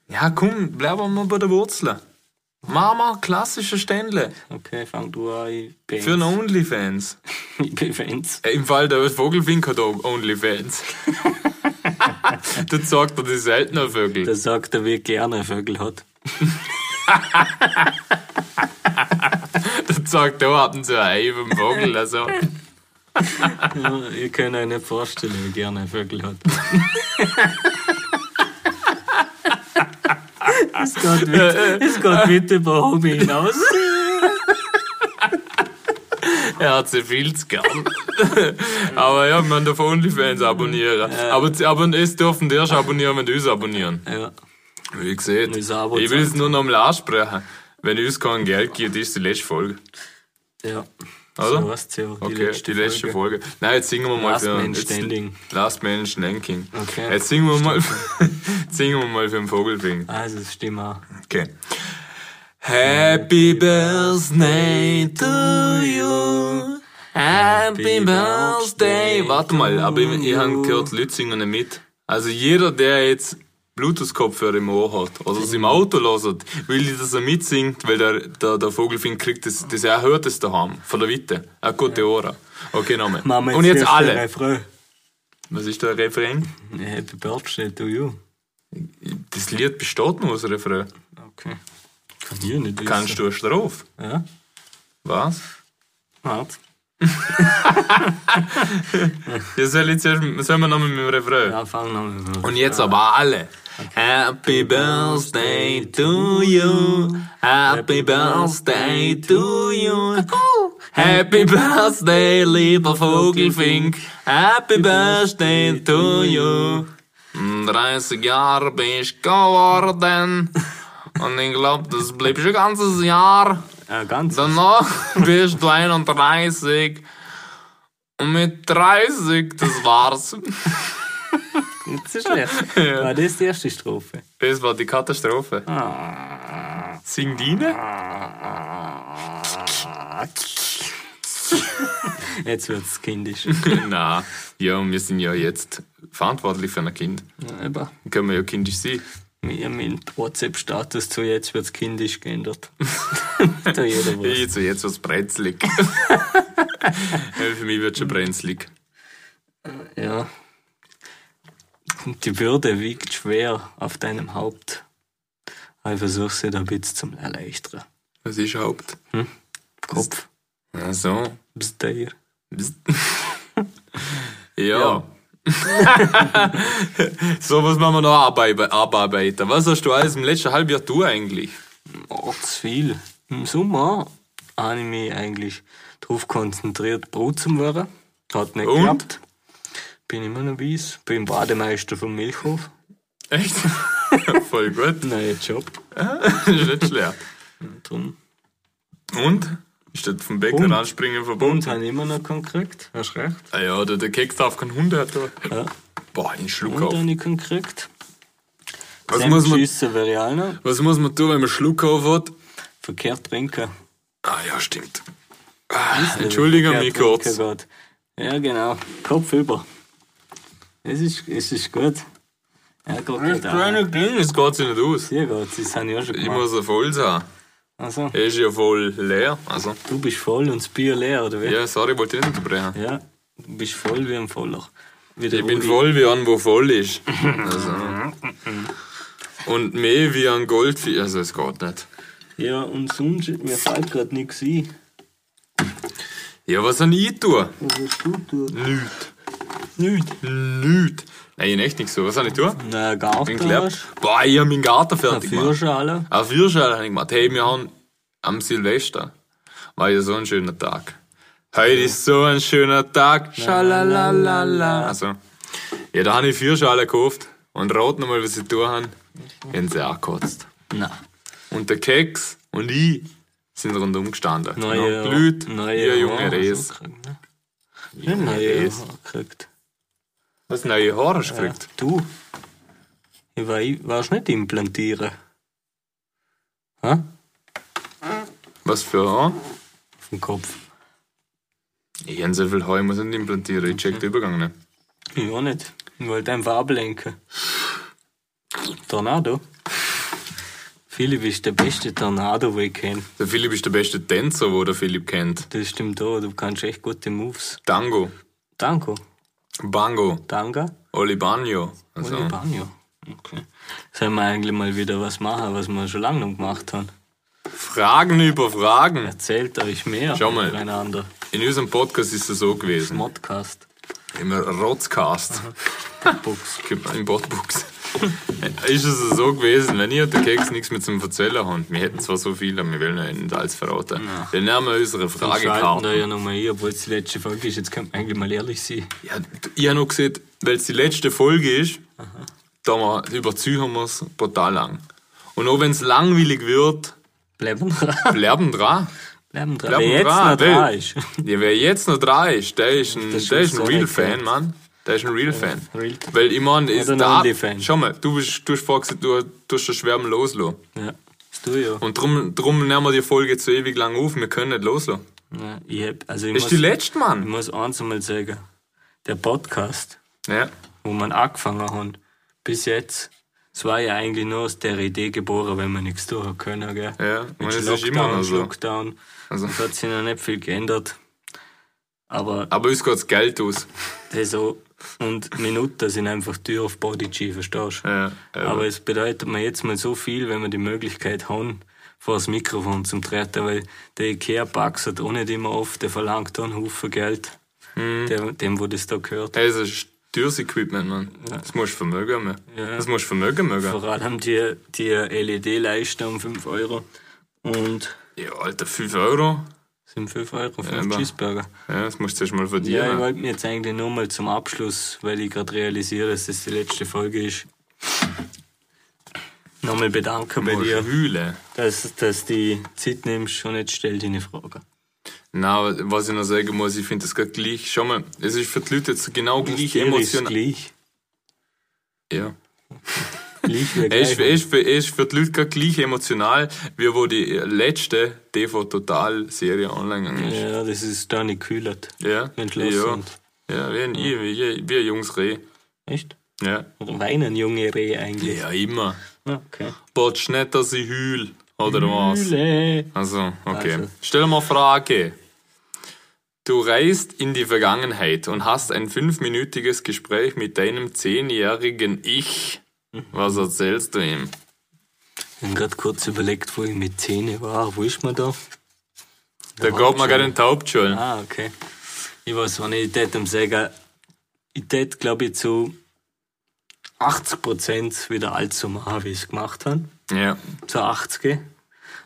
S3: Ja, komm, bleiben wir bei der Wurzel. Mama, klassische Ständle.
S5: Okay, fang du an. Ich bin
S3: Für eine Onlyfans.
S5: [laughs] Ich bin Fans.
S3: Äh, Im Fall der Vogelfink hat auch Onlyfans. [laughs] das sagt er die seltener Vögel.
S5: Der sagt, er wie gerne Vögel hat.
S3: Das sagt er, hatten sie ein Ei beim Vogel. Also,
S5: Ja, ihr könnt euch nicht vorstellen, wie gerne Vögel hat. [laughs] Es geht, weit, es [laughs] geht weit über Hobby hinaus.
S3: er hat sie viel zu gern. [laughs] aber ja, man darf Onlyfans abonnieren. Aber, sie- aber es dürfen die erst abonnieren, wenn die uns abonnieren.
S5: Ja,
S3: Wie gesagt,
S5: Ist ein Abo
S3: ich will es nur noch mal ansprechen. Wenn uns kein Geld gibt, ist die letzte Folge.
S5: ja.
S3: Oder?
S5: So heißt's ja, die
S3: Okay,
S5: letzte
S3: die letzte Folge. Nein, jetzt singen wir mal
S5: Last
S3: für
S5: Man
S3: jetzt-
S5: Standing.
S3: Last Man Standing.
S5: Okay.
S3: Jetzt singen wir mal, [laughs] jetzt singen wir mal für den Vogelfing.
S5: Also, das stimmt auch.
S3: Okay. Happy Birthday to you. Happy Birthday. Warte mal, aber ich, ich habe gehört, Leute singen nicht mit. Also jeder, der jetzt Bluetooth-Kopfhörer im Ohr hat oder es im Auto hört, will ich, dass er mitsingt, weil der, der, der Vogelfink kriegt das, das er hört es daheim, von der Witte. Er hat gute Ohren. Okay, nochmal.
S5: Mama,
S3: Und jetzt
S5: wirst du
S3: alle.
S5: Refrain.
S3: Was ist der Refrain?
S5: Happy Birthday to you.
S3: Das Lied besteht nur als Refrain.
S5: Okay. Kann ich nicht wissen.
S3: Kannst du eine Strophe?
S5: Ja,
S3: Was?
S5: hart.
S3: Ja, soll ich zuerst, sollen wir nochmal mit dem Refrain?
S5: Ja, fangen wir mal an.
S3: Und jetzt aber alle. Happy Birthday to you. Happy Birthday to you. Happy Birthday, lieber Vogelfink. Happy Birthday to you. 30 Jahre bin ich geworden. Und ich glaube, das blieb schon ein ganzes Jahr.
S5: Ja, ganz.
S3: Danach [laughs] bist du 31. Und mit 30, das war's.
S5: Nicht so schlecht. War das die erste Strophe?
S3: Das war die Katastrophe. Sing die rein?
S5: Jetzt wird's [laughs] kindisch.
S3: Nein. Ja, und wir sind ja jetzt verantwortlich für ein Kind.
S5: ja, eben.
S3: Dann können wir ja kindisch sein.
S5: Ich habe meinen WhatsApp-Status zu jetzt wird's kindisch [laughs] geändert. da jeder was.
S3: Jetzt, jetzt was brenzlig. Ja, für mich wird schon brenzlig.
S5: Ja. Und Die Bürde wiegt schwer auf deinem Haupt. Aber Ich versuche sie da ein bisschen zu erleichtern.
S3: Was ist Also, Haupt?
S5: Kopf.
S3: Ach so.
S5: Bist du hier?
S3: Ja. [laughs] so was machen wir noch abei- abarbeiten. Was hast du alles im letzten Halbjahr du eigentlich?
S5: Oh, zu viel. Im Sommer habe ich mich eigentlich darauf konzentriert, Brot zu machen. Hat nicht
S3: Und?
S5: geklappt. Bin immer noch weiß. Bin Bademeister vom Milchhof.
S3: Echt? [laughs] Voll gut.
S5: Neuer Job.
S3: Das ist nicht schlecht.
S5: Drum.
S3: Und? Ist das vom Bäcker
S5: Und?
S3: anspringen verbunden?
S5: Und habe ich immer noch keinen gekriegt. Hast recht.
S3: Ah ja, der, der Keks darf keinen Hund haben.
S5: Ja.
S3: Boah, einen Schluck
S5: Und
S3: auf.
S5: habe ich keinen gekriegt.
S3: Was
S5: Sam
S3: Also muss, man,
S5: Schüsse wäre ich auch noch.
S3: was muss man tun, wenn man Schluck auf hat?
S5: Verkehrt trinken.
S3: Ah ja, stimmt. Ah, entschuldige mich
S5: Verkehrt trinken
S3: kurz.
S5: geht. Ja, genau. Kopf über. Es ist, es ist gut. Ja, Gott,
S3: Das
S5: ja.
S3: kleine Ding, das geht sich nicht aus.
S5: Dir geht's, das habe ich auch schon
S3: Ich
S5: gemacht.
S3: muss ja voll sein.
S5: Also,
S3: Er ist ja voll leer. Also,
S5: du bist voll und das Bier leer, oder wie?
S3: ja, sorry, wollte ich nicht unterbrechen.
S5: Ja, du bist voll wie ein Voller. Wie der
S3: Ich bin
S5: Rudi.
S3: voll wie ein, wo voll
S5: [laughs]
S3: ist. Also. Und mehr wie ein Goldfisch. Also, es geht nicht.
S5: Ja, und sonst, mir fällt gerade nichts ein.
S3: Ja, was soll ich tun?
S5: Was hast du tun?
S3: Nüt.
S5: Nichts.
S3: Nüt. Nein, echt nicht so. Was soll ich tun?
S5: Nein, gar
S3: Bin
S5: nicht.
S3: gelernt. Boah, ich hab meinen Garten fertig
S5: Dafür
S3: gemacht.
S5: schon alle.
S3: Auf Führerschein habe ich gemacht. Hey, wir haben am Silvester. War ja so ein schöner Tag. Heute ist so ein schöner Tag. Schalalalala. Also, ja, da habe ich Führerschein gekauft. Und rot nochmal, was sie tun haben. Haben sie angekotzt.
S5: Nein.
S3: Und der Keks und ich sind rundum gestanden.
S5: Neue
S3: Und Leute,
S5: neue
S3: ihr junge
S5: Haare
S3: Res.
S5: hast du gekriegt, ne? Ja, neue
S3: Res.
S5: Haare gekriegt.
S3: Was neue Haare hast du
S5: Ja,
S3: gekriegt?
S5: du. Ich war, ich warst nicht implantieren. Hä?
S3: Was für Haare?
S5: Vom Kopf.
S3: Ich habe so viel Haare, ich muss nicht implantieren. Ich
S5: Mhm.
S3: check den Übergang nicht.
S5: Ich auch nicht. Ich wollte einfach ablenken. Tornado? Philipp ist der beste Tornado, den ich kenne.
S3: Der Philipp ist der beste Tänzer, wo der Philipp kennt.
S5: Das stimmt auch, du kannst echt gute Moves.
S3: Tango,
S5: Danko.
S3: Bango,
S5: Danga.
S3: Olibano. Also,
S5: Oli Banjo. Okay. Sollen wir eigentlich mal wieder was machen, was wir schon lange noch gemacht haben?
S3: Fragen über Fragen.
S5: Erzählt euch mehr
S3: Schau mal.
S5: miteinander.
S3: In unserem Podcast ist es so gewesen.
S5: Modcast.
S3: Immer Rotzcast. [laughs]
S5: Books.
S3: Im Botbuchs. ist es so gewesen, wenn ihr und der Keks nichts mehr zum Erzählen habt. Wir hätten zwar so viel, aber wir wollen euch nicht alles verraten. Dann nehmen wir unsere
S5: Wir schalten da
S3: Fragekarte.
S5: ja nochmal ein, obwohl es die letzte Folge ist. Jetzt können wir eigentlich mal ehrlich sein.
S3: Ja, ich habe noch gesehen, weil es die letzte Folge ist, da haben wir, überziehen wir es brutal lang. Und auch wenn es langweilig wird,
S5: Bleiben dran. [laughs]
S3: bleiben dran.
S5: Bleiben dran.
S3: Bleiben
S5: Wer jetzt
S3: dran,
S5: noch dran
S3: weil-
S5: ist. [laughs]
S3: Ja, wer jetzt noch dran ist, der ist ein,
S5: Das ist
S3: der ist ein
S5: schon so
S3: Real
S5: nicht
S3: Fan,
S5: gehört.
S3: Mann. Der ist ein Real Fan.
S5: Real.
S3: Weil ich meine, ist
S5: Oder
S3: da.
S5: ein Only-Fan.
S3: Schau mal, du bist, du hast vorher gesagt, du tust das Schwärmen loslassen.
S5: Ja, das tue ich auch.
S3: Und drum, drum nehmen wir die Folge jetzt so ewig lang auf, wir können nicht loslassen.
S5: Ja, ich hab, also ich
S3: Das
S5: muss,
S3: ist die letzte,
S5: Ich
S3: Mann.
S5: muss eins einmal sagen. Der Podcast,
S3: Ja.
S5: wo man angefangen haben, bis jetzt, es war ja eigentlich nur aus der Idee geboren, wenn wir nichts tun haben können, gell?
S3: Ja,
S5: Mit
S3: und es ist
S5: Lockdown,
S3: immer noch so.
S5: Lockdown.
S3: Also.
S5: Es hat sich noch nicht viel geändert. Aber
S3: Aber uns geht's Geld aus.
S5: das so, Also, und Minuten sind einfach teuer auf Bodyg, verstehst du?
S3: Ja, ja.
S5: Aber es bedeutet mir jetzt mal so viel, wenn wir die Möglichkeit haben, vor das Mikrofon zum Treten, weil der Ikea-Pax hat ohne immer oft, der verlangt da einen Haufen Geld, der, dem, wo das da gehört.
S3: Hey, das ist teures Equipment, man. Das musst du Vermögen haben.
S5: Ja.
S3: Das musst du Vermögen mögen.
S5: Vor allem die, die LED-Leiste um 5 Euro und
S3: Ja, Alter, 5 Euro.
S5: sind 5 Euro für einen
S3: aber-
S5: Cheeseburger.
S3: Ja, das musst du erst mal
S5: Ja, ich
S3: verdienen.
S5: wollte mir jetzt eigentlich nur mal zum Abschluss, weil ich gerade realisiere, dass das die letzte Folge ist, nochmal bedanken bei
S3: Ja,
S5: dir,
S3: Hühle.
S5: dass, dass du die Zeit nimmst und jetzt stell deine Frage.
S3: Na, aber was ich noch sagen muss, ich finde das gerade gleich. Schau mal, es ist für die Leute jetzt genau gleich
S5: Dir ist
S3: emotional.
S5: Gleich.
S3: Ja. [laughs]
S5: Gleich wäre
S3: Er ist, er,
S5: gleich.
S3: ist, er ist für die Leute gerade gleich emotional, wie wo die letzte TV Total Serie online gegangen ist.
S5: Ja, das ist da nicht kühlert.
S3: Ja. Ja,
S5: Entlassen.
S3: ja wie ein I, wie, wie ein junges Reh.
S5: Echt?
S3: Ja.
S5: Weinen junge Rehe eigentlich.
S3: Ja, immer.
S5: Okay.
S3: Batsch nicht, dass ich heul. Oder was?
S5: Hülle.
S3: Also, okay.
S5: Also.
S3: Stell mal eine Frage. Du reist in die Vergangenheit und hast ein fünfminütiges Gespräch mit deinem zehnjährigen Ich. Was erzählst du ihm?
S5: Ich habe gerade kurz überlegt, wo ich mit 10 war. Wo ist man da?
S3: Da geht man gerade in die Hauptschule.
S5: Ah, okay. Ich weiß auch nicht, ich tät ihm sagen, ich tät, glaube ich, zu 80% wieder alt so machen, wie ich es gemacht habe.
S3: Ja. [laughs]
S5: Zu 80.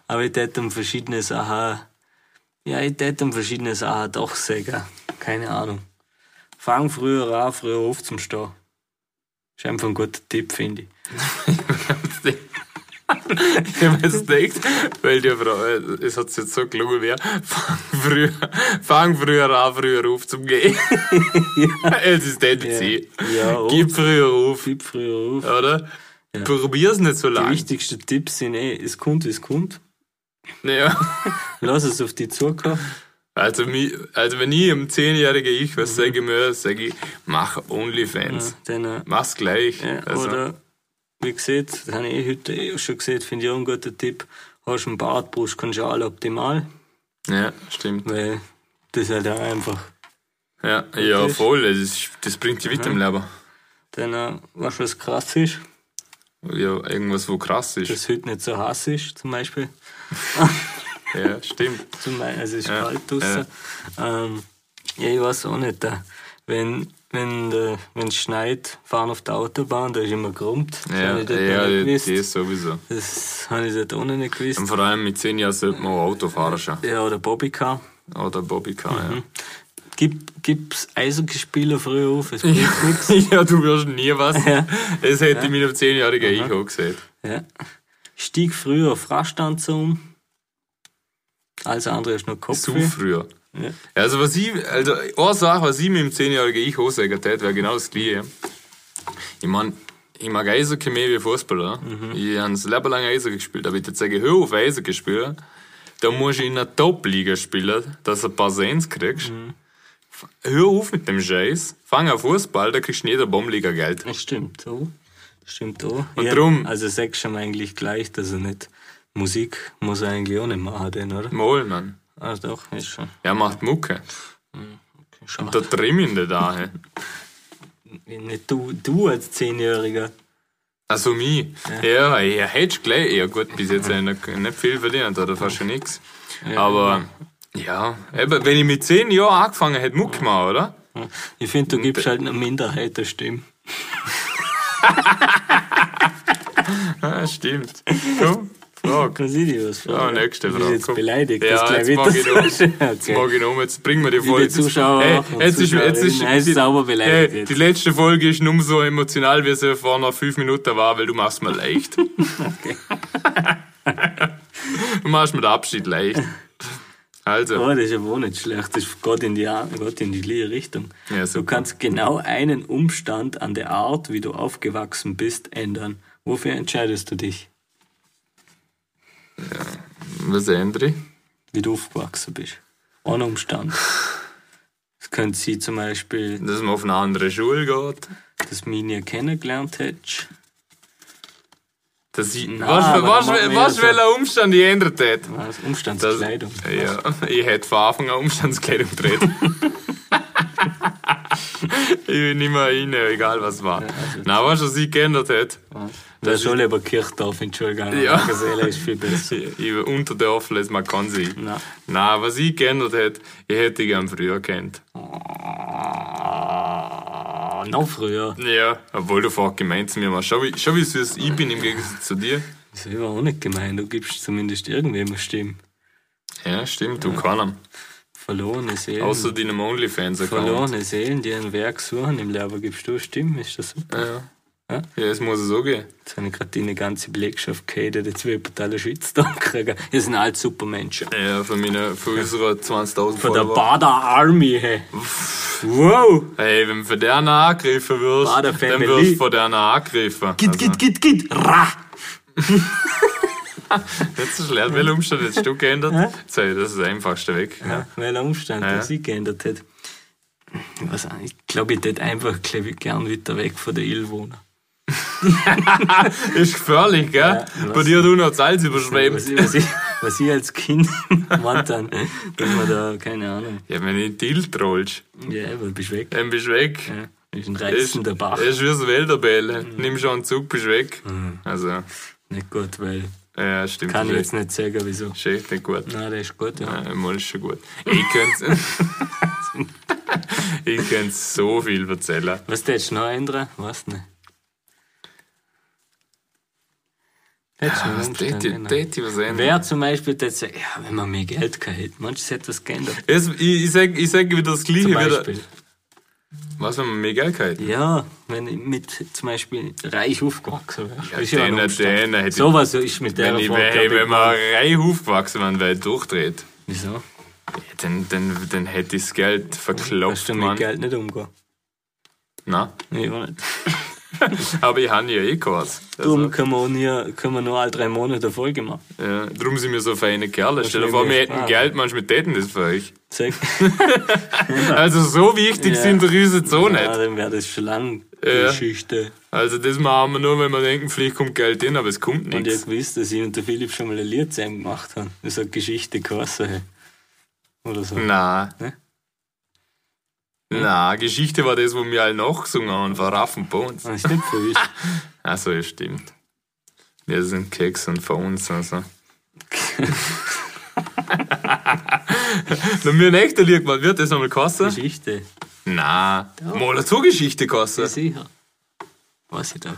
S5: Aber ich tät ihm verschiedene Sachen, ja, ich tät ihm verschiedene Sachen doch sagen. Keine Ahnung. Fang früher an, früher auf zum Stehen. Ist einfach ein guter Tipp, finde ich.
S3: Ich hab jetzt gedacht, weil die Frau, äh, es hat jetzt so gelungen, wie, fang früher, fang früher an, früher auf zum Gehen. [laughs] Es ist tendenziell.
S5: Ja, auf,
S3: Gib früher auf,
S5: gib früher auf.
S3: oder? Probier's nicht so
S5: Die
S3: lang.
S5: wichtigsten Tipps sind eh, es kommt, wie es kommt.
S3: Ja.
S5: Lass es auf die zukommen.
S3: Also, mi- also wenn ich im zehnjährigen Ich was sagen würde, sage ich, mach Onlyfans.
S5: Dann, äh,
S3: Mach's gleich.
S5: Ja,
S3: also,
S5: Oder, wie gesagt, das habe ich eh heute eh schon gesehen, finde ich auch ein guter Tipp. Hast einen Bart, brauchst keine Schale optimal,
S3: ja stimmt.
S5: weil das halt auch einfach.
S3: Ja, ja voll. Das, ist, das bringt dich weiter im Leben.
S5: Dann, äh, weißt du, was krass ist?
S3: Ja, irgendwas, wo krass ist.
S5: Dass heute nicht so heiß ist, zum Beispiel.
S3: Ja, stimmt.
S5: Zum Beispiel also es ist
S3: Ja,
S5: kalt draußen. Ähm, ja, ich weiß auch nicht. Äh, wenn wenn äh, wenn es schneit, fahren auf der Autobahn, da ist immer grummt. Das
S3: Ja,
S5: habe ich dort
S3: ja,
S5: noch
S3: ja das
S5: nicht gewusst.
S3: sowieso.
S5: Das habe ich dort auch noch nicht
S3: Und
S5: gewusst.
S3: vor allem mit zehn Jahren sollte man auch Auto fahren schon.
S5: Ja, oder Bobbycar.
S3: Oder Bobbycar,
S5: Gib, gib's Eishockeyspieler früh auf, es bringt nichts.
S3: ja. ja, du wirst nie was. [laughs]
S5: Ja.
S3: Das hätte ich mit einem zehnjährigen Ich auch gesehen.
S5: Ja. Stieg früher auf Rastanze um. Alles andere ist noch Kopf.
S3: Zu früher.
S5: Ja.
S3: Also was ich, also eine Sache, was ich mit dem 10-jährigen Ich auch sagen tät, wäre genau das gleiche. Ich meine, ich mag Eishockey mehr wie Fußball, oder?
S5: Mhm.
S3: Ich habe das Leben lang Eishockey gespielt, aber ich jetzt sage, hör auf Eishockey spielen, da musst du in der Top-Liga spielen, dass du ein paar Sens kriegst.
S5: Mhm.
S3: F- Hör auf mit dem Scheiß, fang an Fußball, da kriegst du in jeder Baumliga Geld.
S5: Das stimmt, oh. Das stimmt auch. Und
S3: drum-
S5: Also sagst du ihm eigentlich gleich, dass er nicht Musik muss er eigentlich auch nicht machen, denn, oder?
S3: Mal, Mann.
S5: Ah doch, ist schon.
S3: Er macht Mucke.
S5: Mhm. Schade.
S3: Da trimm ich ihn nicht an.
S5: Nicht du, du als Zehnjähriger.
S3: Also mich. Ja, ja hättest gleich. Ja gut, bis jetzt hab ich noch nicht viel verdient oder fast schon nix. Aber ja, eben, wenn ich mit zehn Jahren angefangen hätte, Muck gemacht, oder?
S5: Ich finde, du gibst halt einer Minderheit eine Stimme.
S3: Ja, stimmt. Komm, frag.
S5: Kann ich dir was
S3: Ja,
S5: fragen?
S3: nächste
S5: Du
S3: Frage.
S5: bist jetzt
S3: komm.
S5: beleidigt,
S3: ja,
S5: dass du gleich
S3: jetzt mag ich
S5: [laughs] wieder so-
S3: um. [laughs] Jetzt
S5: Okay.
S3: mag ich um. Jetzt bringen wir die Folge.
S5: Liebe Zuschauer
S3: Hey,
S5: und
S3: jetzt ist, jetzt ist,
S5: Zuschauerinnen, er ist sauber beleidigt
S3: Hey,
S5: jetzt.
S3: die letzte Folge ist nur so emotional, wie sie vor noch fünf Minuten war, weil du machst mir
S5: [laughs]
S3: leicht. du machst mir den Abschied leicht. Also.
S5: Oh, das ist aber auch nicht schlecht. Das geht in die, geht in die gleiche Richtung.
S3: Ja, super.
S5: du kannst genau einen Umstand an der Art, wie du aufgewachsen bist, ändern. Wofür entscheidest du dich,
S3: Was ändere ich?
S5: wie du aufgewachsen bist? Ohne Umstand. Es könnte sie zum Beispiel,
S3: Dass man auf eine andere Schule geht.
S5: dass du mich nie kennengelernt hättest.
S3: Dass ich,
S5: Nein,
S3: was
S5: aber
S3: für, was,
S5: dann machen
S3: für-
S5: wir
S3: was
S5: ja
S3: für einen Umstand ich ändert hätte?
S5: [laughs] Das
S3: Das-
S5: Umstandskleidung.
S3: Ja, ich hätte von Anfang an Umstandskleidung gedreht. ich bin nicht mehr rein, egal was war. Na, weißt du, was ich geändert hätte?
S5: Der Schule über Kirchdorf, Entschuldigung.
S3: Ja.
S5: Seele ist viel besser.
S3: Ich- ich- Unter der Offenless, man kann sie.
S5: Nein.
S3: Nein, was ich geändert hätte, ich hätte gern früher kennt.
S5: Ah, noch früher.
S3: Ja, obwohl du vorher gemeint zu mir warst. Schau, wie, schau, wie süß ich bin im Gegensatz zu dir.
S5: Das ist aber auch nicht gemein. Du gibst zumindest irgendwem eine Stimme.
S3: Ja, stimmt, du keinem.
S5: Verlorene Seelen.
S3: Außer deinem OnlyFans-Account.
S5: Verlorene Seelen, die ein Werk suchen im Lehrer gibst du eine Stimme. Ist das super?
S3: Ja. Ja, es muss so gehen.
S5: Jetzt habe ich gerade deine ganze Belegschaft gehatet. Jetzt will ich alle Shitstorm kriegen. Ihr sind alle super Menschen.
S3: Ja, für meine, für unsere 20.000
S5: Von der
S3: Follower.
S5: Bader Army, hey. Wow!
S3: Ey, wenn du von der noch angegriffen wirst,
S5: Bader
S3: dann
S5: Ah, Family.
S3: wirst du von der Also, noch angegriffen.
S5: Git, git, git, git! Ra!
S3: Jetzt ist schlecht, welche Umstände hättest du geändert? So, das ist das einfachste weg.
S5: Ja, welcher Umstand
S3: Ja.
S5: der sich geändert hat. Ich weiß auch nicht. Ich glaube, ich tät einfach glaub ich, gern wieder weg von der Ill wohnen.
S3: Ist gefährlich, gell? Bei
S5: was-
S3: dir du noch Salz
S5: Was
S3: überschwemmt.
S5: ich, was, ich, was ich als Kind [laughs] meint dann, dass man da, keine Ahnung,
S3: Ja, wenn ich Dill trollst,
S5: ja, aber du bist weg.
S3: dann bist du weg.
S5: Ja. Ist ein
S3: Ist,
S5: reizender Bach.
S3: ist wie das Wälderbälle.
S5: Mhm.
S3: Nimm schon einen Zug, bist weg. Also,
S5: Nicht gut, weil
S3: ja, stimmt.
S5: Mhm. kann ich
S3: ist
S5: jetzt nicht sagen, wieso.
S3: echt- ist echt nicht gut.
S5: Nein, der ist gut, ja.
S3: Äh, Mal ist schon gut. Ich
S5: [laughs]
S3: könnte [laughs] ich könnte so viel erzählen.
S5: Was tätst du noch ändern? Weiß nicht. Tätst du noch
S3: Was
S5: Umstände
S3: tät ich,
S5: ändern?
S3: tät ich was ändern?
S5: Wer zum Beispiel tät sagt, ja, wenn man mehr Geld gehabt hätte, manches hätte das geändert.
S3: Jetzt, ich, ich sag, ich sag wieder das Gleiche.
S5: Zum
S3: Wieder,
S5: Beispiel.
S3: was, wenn man mehr Geld gehabt
S5: Ja, wenn ich mit zum Beispiel reich aufgewachsen wäre. Ja,
S3: den- den hätte ich-
S5: so was ist mit der
S3: Wenn, ich, wenn, wenn man rein aufgewachsen wäre und weit durchdreht,
S5: Wieso?
S3: ja, dann, dann, dann hätte ich das Geld
S5: Kannst
S3: verklopft,
S5: du mit
S3: Mann.
S5: Geld nicht umgehen?
S3: Nein.
S5: Ich auch nicht.
S3: Aber ich habe ja eh keins. Also,
S5: Darum können wir, nie, können wir nur alle drei Monate eine Folge machen.
S3: ja, darum sind wir so feine Kerle. Stell dir
S5: will
S3: vor,
S5: ich
S3: wir
S5: mir
S3: hätten
S5: sparen.
S3: Geld, manchmal täten das für euch.
S5: Sag.
S3: Also so wichtig
S5: Ja.
S3: sind wir uns jetzt so
S5: [laughs] Ja,
S3: nicht.
S5: dann wäre das schon lang
S3: Ja.
S5: Geschichte.
S3: Also das machen wir nur, wenn wir denken, vielleicht kommt Geld hin, aber es kommt
S5: Und ihr
S3: nichts.
S5: wisst, dass ich und der Philipp schon mal ein Lied zusammen gemacht haben. Das hat Geschichte geheißen. hey. Oder
S3: Hm.
S5: so.
S3: Na.
S5: Ne?
S3: Na, Geschichte war das, wo wir alle nachgesungen haben, von Raff und Bones.
S5: Das ist nicht
S3: [laughs]
S5: für mich.
S3: Also ja, stimmt. Wir sind Keks und von uns,
S5: [laughs]
S3: also. Wenn wir ein echter Lied gemacht wird, das nochmal kosten?
S5: Geschichte.
S3: Na, mal eine Zugeschichte kosten.
S5: Sicher. Weiß ich doch.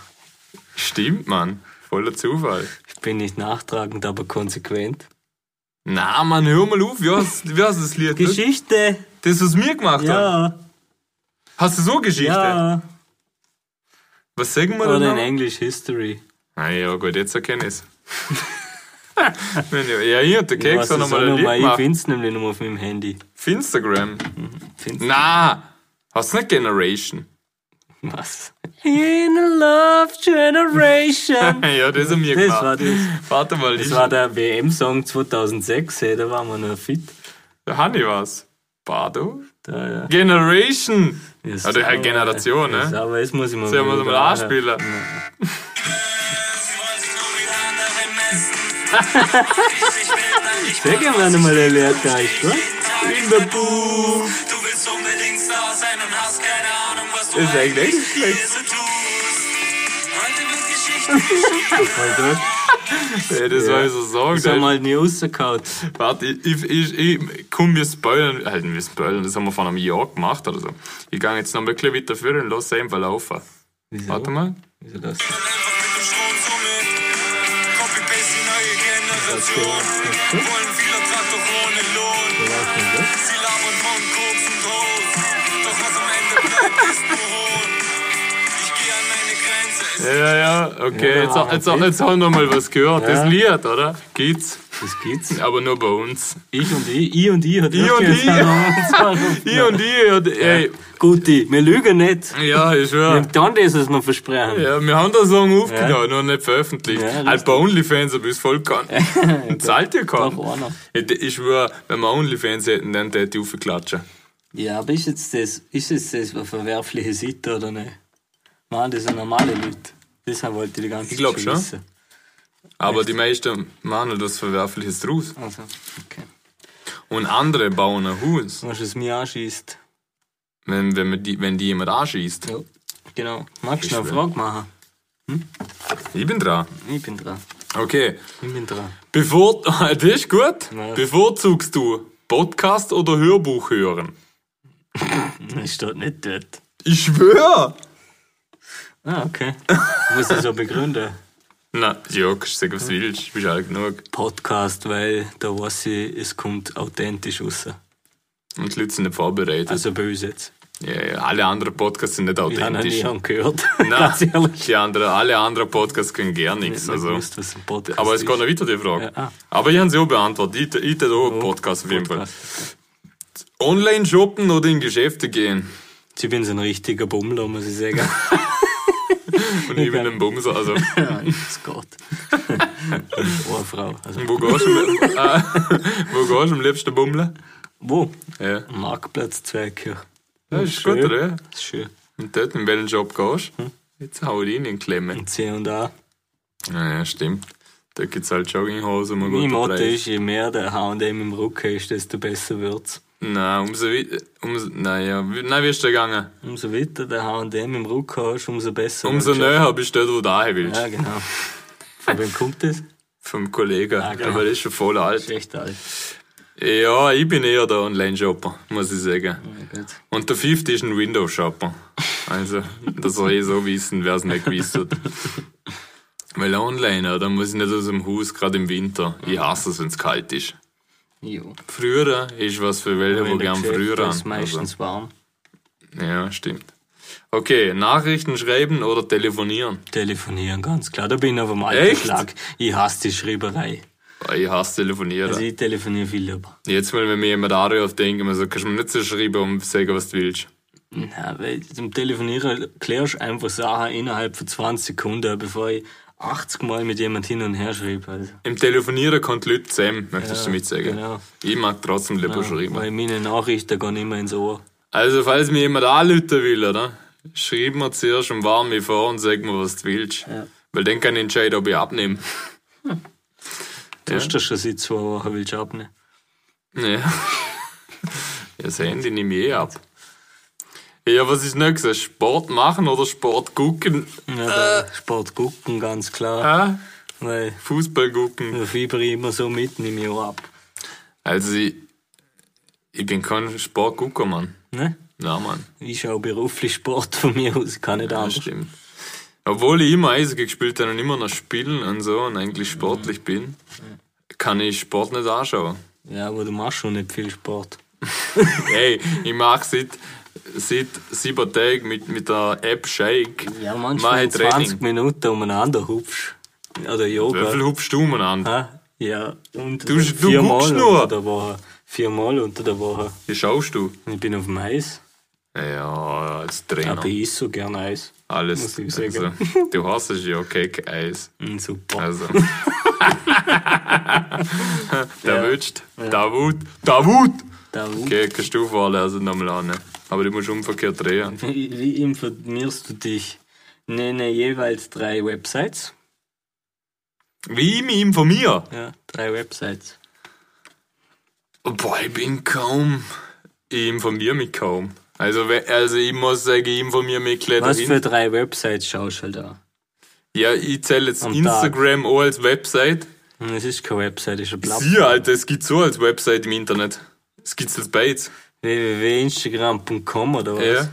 S3: Stimmt, Mann. Voller Zufall.
S5: Ich bin nicht nachtragend, aber konsequent.
S3: Na, Mann, hör mal auf. Wie heißt, wie heißt das Lied? Das,
S5: Geschichte!
S3: das, was wir gemacht haben.
S5: Ja,
S3: Hast du so eine Geschichte?
S5: ja. Oh,
S3: Was sagen wir
S5: Oder
S3: denn?
S5: in
S3: noch?
S5: Englisch History.
S3: Ah, ja, gut, jetzt erkenne ich es. [laughs] ja, hier hat der
S5: Ich
S3: Keks
S5: weiß
S3: auch
S5: es
S3: nochmal
S5: auch
S3: ein
S5: noch,
S3: Lied
S5: weil Ich
S3: gemacht.
S5: finde es nämlich nur auf meinem Handy.
S3: Auf Instagram.
S5: Find's
S3: Na, hast du nicht Generation? [laughs]
S5: was? In a love
S3: [laughs]
S5: generation.
S3: Ja, das haben wir
S5: Das
S3: gemacht.
S5: war das.
S3: Warte mal,
S5: Das
S3: ich,
S5: war der WM-Song 2006, hey, da waren wir noch fit.
S3: der Hanni war's. Bardo?
S5: Da, ja.
S3: Generation!
S5: Yes,
S3: Also halt
S5: aber-
S3: Generation,
S5: yes,
S3: ne?
S5: Aber jetzt muss ich mal.
S3: Sollen wir es mal anspielen?
S5: wieder- Sag ja mal nochmal der Lehrteich, was?
S3: In der Booth!
S6: Du willst unbedingt Star sein und hast keine Ahnung, was du
S3: Ist eigentlich nicht schlecht.
S6: hier so tust. Heute wird Geschichte
S5: [laughs]
S3: Ey, das war so Song.
S5: Das haben wir
S3: der-
S5: halt nie rausgehauen.
S3: Warte, ich, ich, ich, ich komm, wir spoilern. Halt, wir spoilern, das haben wir vor einem Jahr gemacht oder so. Ich gehe jetzt noch wirklich weiter führen und lass einfach laufen.
S5: Wieso?
S3: Warte mal.
S5: Wieso das?
S6: einfach mit dem Strom so mit. Copy-Paste die neue Generation. Wollen viel Ertrag, doch ohne Lohn. Sie labern von Koks und Drogen. Doch was am Ende bleibt, ist Büron. Ich gehe an meine Grenze. Es
S3: Ja, ja, ja, okay,
S5: Ja,
S3: jetzt, auch- jetzt, auch-
S5: okay.
S3: jetzt haben wir mal was gehört. Das Lied, oder? Geht's?
S5: Das geht's.
S3: Aber nur bei uns.
S5: Ich und ich, ich und ich. hat
S3: Ich und
S5: jetzt
S3: ich. [laughs]
S5: auch noch-
S3: Ich und ich, und, ey,
S5: Guti, wir lügen nicht.
S3: ja, ich
S5: Wir
S3: schwör.
S5: haben dann das, was wir versprechen.
S3: Ja, wir haben den Song aufgenommen, nur nicht veröffentlicht.
S5: Ja,
S3: halt bei OnlyFans, aber es voll
S5: [laughs]
S3: kann. Dann zahlt ihr keinen.
S5: Doch, einer.
S3: Ich, ich schwör, wenn wir OnlyFans hätten, dann hätte ich aufklatschen.
S5: Ja, aber ist jetzt das, ist jetzt das eine verwerfliche Seite oder nicht? Nein, das sind normale Leute. Deshalb wollte ich die ganze
S3: Ich glaub schon.
S5: wissen.
S3: Aber die meisten machen das Verwerfliches draus.
S5: Also, okay.
S3: Und andere bauen ein Haus.
S5: Wenn es mir anschießt,
S3: Wenn, wenn, man die, wenn die jemand anschießt.
S5: Ja. Genau. Magst
S3: Ich
S5: du noch eine
S3: schwör.
S5: Frage machen?
S3: Ich bin dran.
S5: Ich bin dran.
S3: Okay.
S5: Ich bin dran.
S3: Bevor, [laughs] Ah, das ist gut.
S5: Nice.
S3: Bevorzugst du Podcast oder Hörbuch hören?
S5: Das Hm, steht nicht dort.
S3: Ich schwöre!
S5: Ah, okay. [laughs] Muss ich so begründen.
S3: Na, ja, kannst sagen, was du willst. Du bist alt genug.
S5: Podcast, weil da weiß ich, es kommt authentisch raus.
S3: Und die Leute sind nicht vorbereitet.
S5: Also bei uns jetzt.
S3: ja, ja, alle anderen Podcasts sind nicht
S5: Ich habe noch
S3: authentisch.
S5: nie einen [laughs] gehört.
S3: Nein,
S5: Ganz ehrlich.
S3: die anderen, alle anderen Podcasts können gar nichts.
S5: Ich
S3: Also.
S5: wusste, was ein Podcast
S3: Aber es
S5: ist.
S3: geht noch weiter, die Frage.
S5: Ja, ah.
S3: Aber ich habe sie auch beantwortet. Ich, ich hätte auch einen Podcast auf jeden Fall.
S5: Podcast.
S3: Online shoppen oder in Geschäfte gehen?
S5: Ich bin so ein richtiger Bummler, muss ich [laughs] sagen.
S3: Und ich bin ein Bumser. Also,
S5: [laughs] ja, es [laughs] geht. oh, Frau. Also,
S3: wo gehst du, am-
S5: [laughs]
S3: äh, wo gehst du am liebsten bummeln?
S5: wo?
S3: Ja.
S5: Marktplatz Zweikirch.
S3: Das ist
S5: Schön. Hm.
S3: gut, oder?
S5: Das ist schön.
S3: Und dort, in welchen Job gehst du? Jetzt hau ich rein in Klemme.
S5: Und C und A.
S3: Ja, ja, stimmt. Da gibt es halt Jogginghose um einen
S5: Mein
S3: guten
S5: Motto
S3: Preis.
S5: ist, je mehr der H&M im Rücken ist, desto besser wird's.
S3: Nein, umso wie, umso, naja, wie, nein, wie ist der gegangen?
S5: Umso weiter der H&M im Rücken hast, umso besser
S3: Umso
S5: wird's.
S3: näher bist du dort, wo du dahin willst.
S5: Ja, genau. Von wem kommt das?
S3: Vom Kollegen.
S5: genau.
S3: Aber das ist schon voll alt.
S5: Schlecht alt.
S3: Ja, ich bin eher der Online-Shopper, muss ich sagen.
S5: Ja, gut.
S3: Und der Fifth ist ein Windows-Shopper. Also, das soll ich so wissen, wer es nicht gewusst hat. Weil online, da muss ich nicht aus dem Haus, gerade im Winter. Ich hasse es, wenn es kalt ist.
S5: Jo.
S3: Früher ist was für welche, wo
S5: Wenn der
S3: gern
S5: Geschäft
S3: früher
S5: ist
S3: an. Also,
S5: meistens warm.
S3: ja, stimmt. Okay, Nachrichten schreiben oder telefonieren?
S5: Telefonieren, ganz klar. Da bin ich auf dem alten
S3: Echt?
S5: Schlag. Ich hasse die Schreiberei.
S3: Oh, Ich hasse telefonieren.
S5: Also ich telefoniere viel lieber.
S3: Jetzt mal, wenn mir jemand anruft, denke ich mir so, kannst du mir nicht so schreiben und sagen, was du willst.
S5: Nein, weil zum Telefonieren klärst du einfach Sachen innerhalb von 20 Sekunden, bevor ich 80 Mal mit jemand hin und her schreibe. Also,
S3: Im Telefonieren kann die Leute zusammen, möchtest
S5: Ja,
S3: du damit sagen.
S5: genau.
S3: Ich mag trotzdem lieber schreiben.
S5: weil meine Nachrichten gehen immer ins Ohr.
S3: Also, falls mir jemand anrufen will, oder? Schreib mir zuerst und warm mich vor und sag mir, was du willst. Weil dann kann ich entscheiden, ob ich abnehme.
S5: Hm. Du hast das schon seit zwei Wochen, willst du abnehmen?
S3: Ja. [laughs] ja das Handy nehme ich eh ab. Ja, was ist nächstes? Sport machen oder Sport gucken?
S5: Ja, weil
S3: Äh.
S5: Sport gucken, ganz klar.
S3: Ah,
S5: Weil
S3: Fußball gucken.
S5: da fieber ich immer so mit, nehme ich auch ab.
S3: Also, ich, ich bin kein Sportgucker, Mann.
S5: Ne?
S3: Na, Mann.
S5: Ich schaue beruflich Sport von mir aus, kann nicht
S3: Das
S5: anders.
S3: stimmt. Obwohl ich immer Eishockey gespielt habe und immer noch spielen und so und eigentlich sportlich bin, kann ich Sport nicht
S5: [laughs]
S3: anschauen.
S5: Ja, aber du machst schon nicht viel Sport.
S3: Ey, ich mache seit, seit sieben Tagen mit, mit der App Shake.
S5: Ja,
S3: mach
S5: manchmal
S3: ich
S5: 20
S3: Training.
S5: Minuten umeinander hupfst. Oder
S3: Wie viel
S5: Yoga.
S3: hupfst du an?
S5: Ha? Ja, und
S3: Du- du
S5: viermal
S3: guckst nur.
S5: unter der Woche. Viermal unter der Woche.
S3: Wie schaust du?
S5: Ich bin auf dem Eis,
S3: Ja, als
S5: aber
S3: Trainer.
S5: ich esse so gern Eis.
S3: Alles.
S5: muss ich sagen.
S3: Also, du hast es ja, Cake, Eis.
S5: Mm, Super. [laughs]
S3: Also. [laughs] Der wünscht. Davut. Davut!
S5: Da
S3: Okay, kannst du vorlesen nochmal an. Aber du musst umverkehrt drehen.
S5: Wie informierst du dich? Nenne jeweils drei Websites.
S3: Wie ich mich informiere?
S5: Ja, drei Websites.
S3: Oh, Boah, ich bin kaum. Ich informiere mich kaum. Also, we- also ich muss sagen, ich informiere mich gleich
S5: Was
S3: dahin.
S5: für drei Websites schaust du halt an?
S3: Ja, ich zähle jetzt
S5: Am
S3: Instagram auch als Website.
S5: Und Es ist keine Website, es ist eine Plattform.
S3: Sie, Alter, es gibt so als Website im Internet. Es gibt's als beides.
S5: www.instagram.com oder was?
S3: Ja.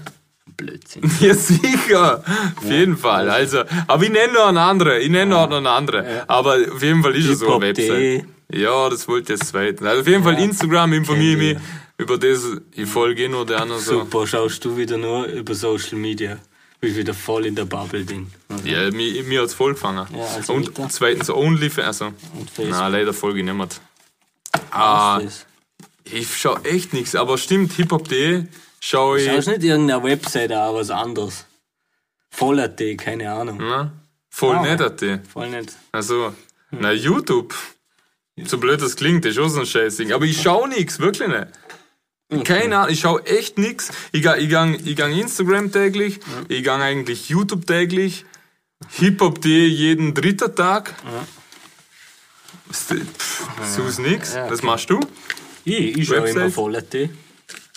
S5: Blödsinn.
S3: [laughs] Ja, sicher. Auf jeden Fall. Also, aber ich nenne noch eine andere. Ich nenne noch eine andere. Aber auf jeden Fall ist es so eine
S5: Hip-Hop.de.
S3: Website. Ja, das wollte ich jetzt zweiten. Also auf jeden Fall Instagram informiere ich mich über das. Ich folge eh nur der anderen so.
S5: Super, schaust du wieder nur über Social Media. Bin wieder voll in der Bubble drin.
S3: Ja, mir, mir hat's vollgefangen.
S5: Ja, also
S3: und
S5: weiter.
S3: zweitens OnlyFans. Also,
S5: Und Facebook.
S3: na leider folge ich niemand. Ah,
S5: Was ist
S3: ich schau echt nichts. Aber stimmt, hiphop.de schau
S5: das?
S3: ich.
S5: Schaust nicht irgendeine Website an, was anderes. Voll.at, keine Ahnung.
S3: Na, ne? voll
S5: Ah.
S3: nett.at.
S5: Voll nicht.
S3: Also, na, YouTube. So blöd das klingt, ist auch so ein Scheißding. Aber ich schau nix, wirklich nicht.
S5: Mhm.
S3: Keine Ahnung, ich schau echt nix. Ich gang, ich gang, ich gang Instagram täglich,
S5: Mhm.
S3: ich gang eigentlich YouTube täglich, Hip-Hop.de jeden dritten Tag.
S5: Mhm.
S3: Pff, Sus nix, das machst du.
S5: Ich, ich schaue immer
S3: Website?
S5: Voll.at.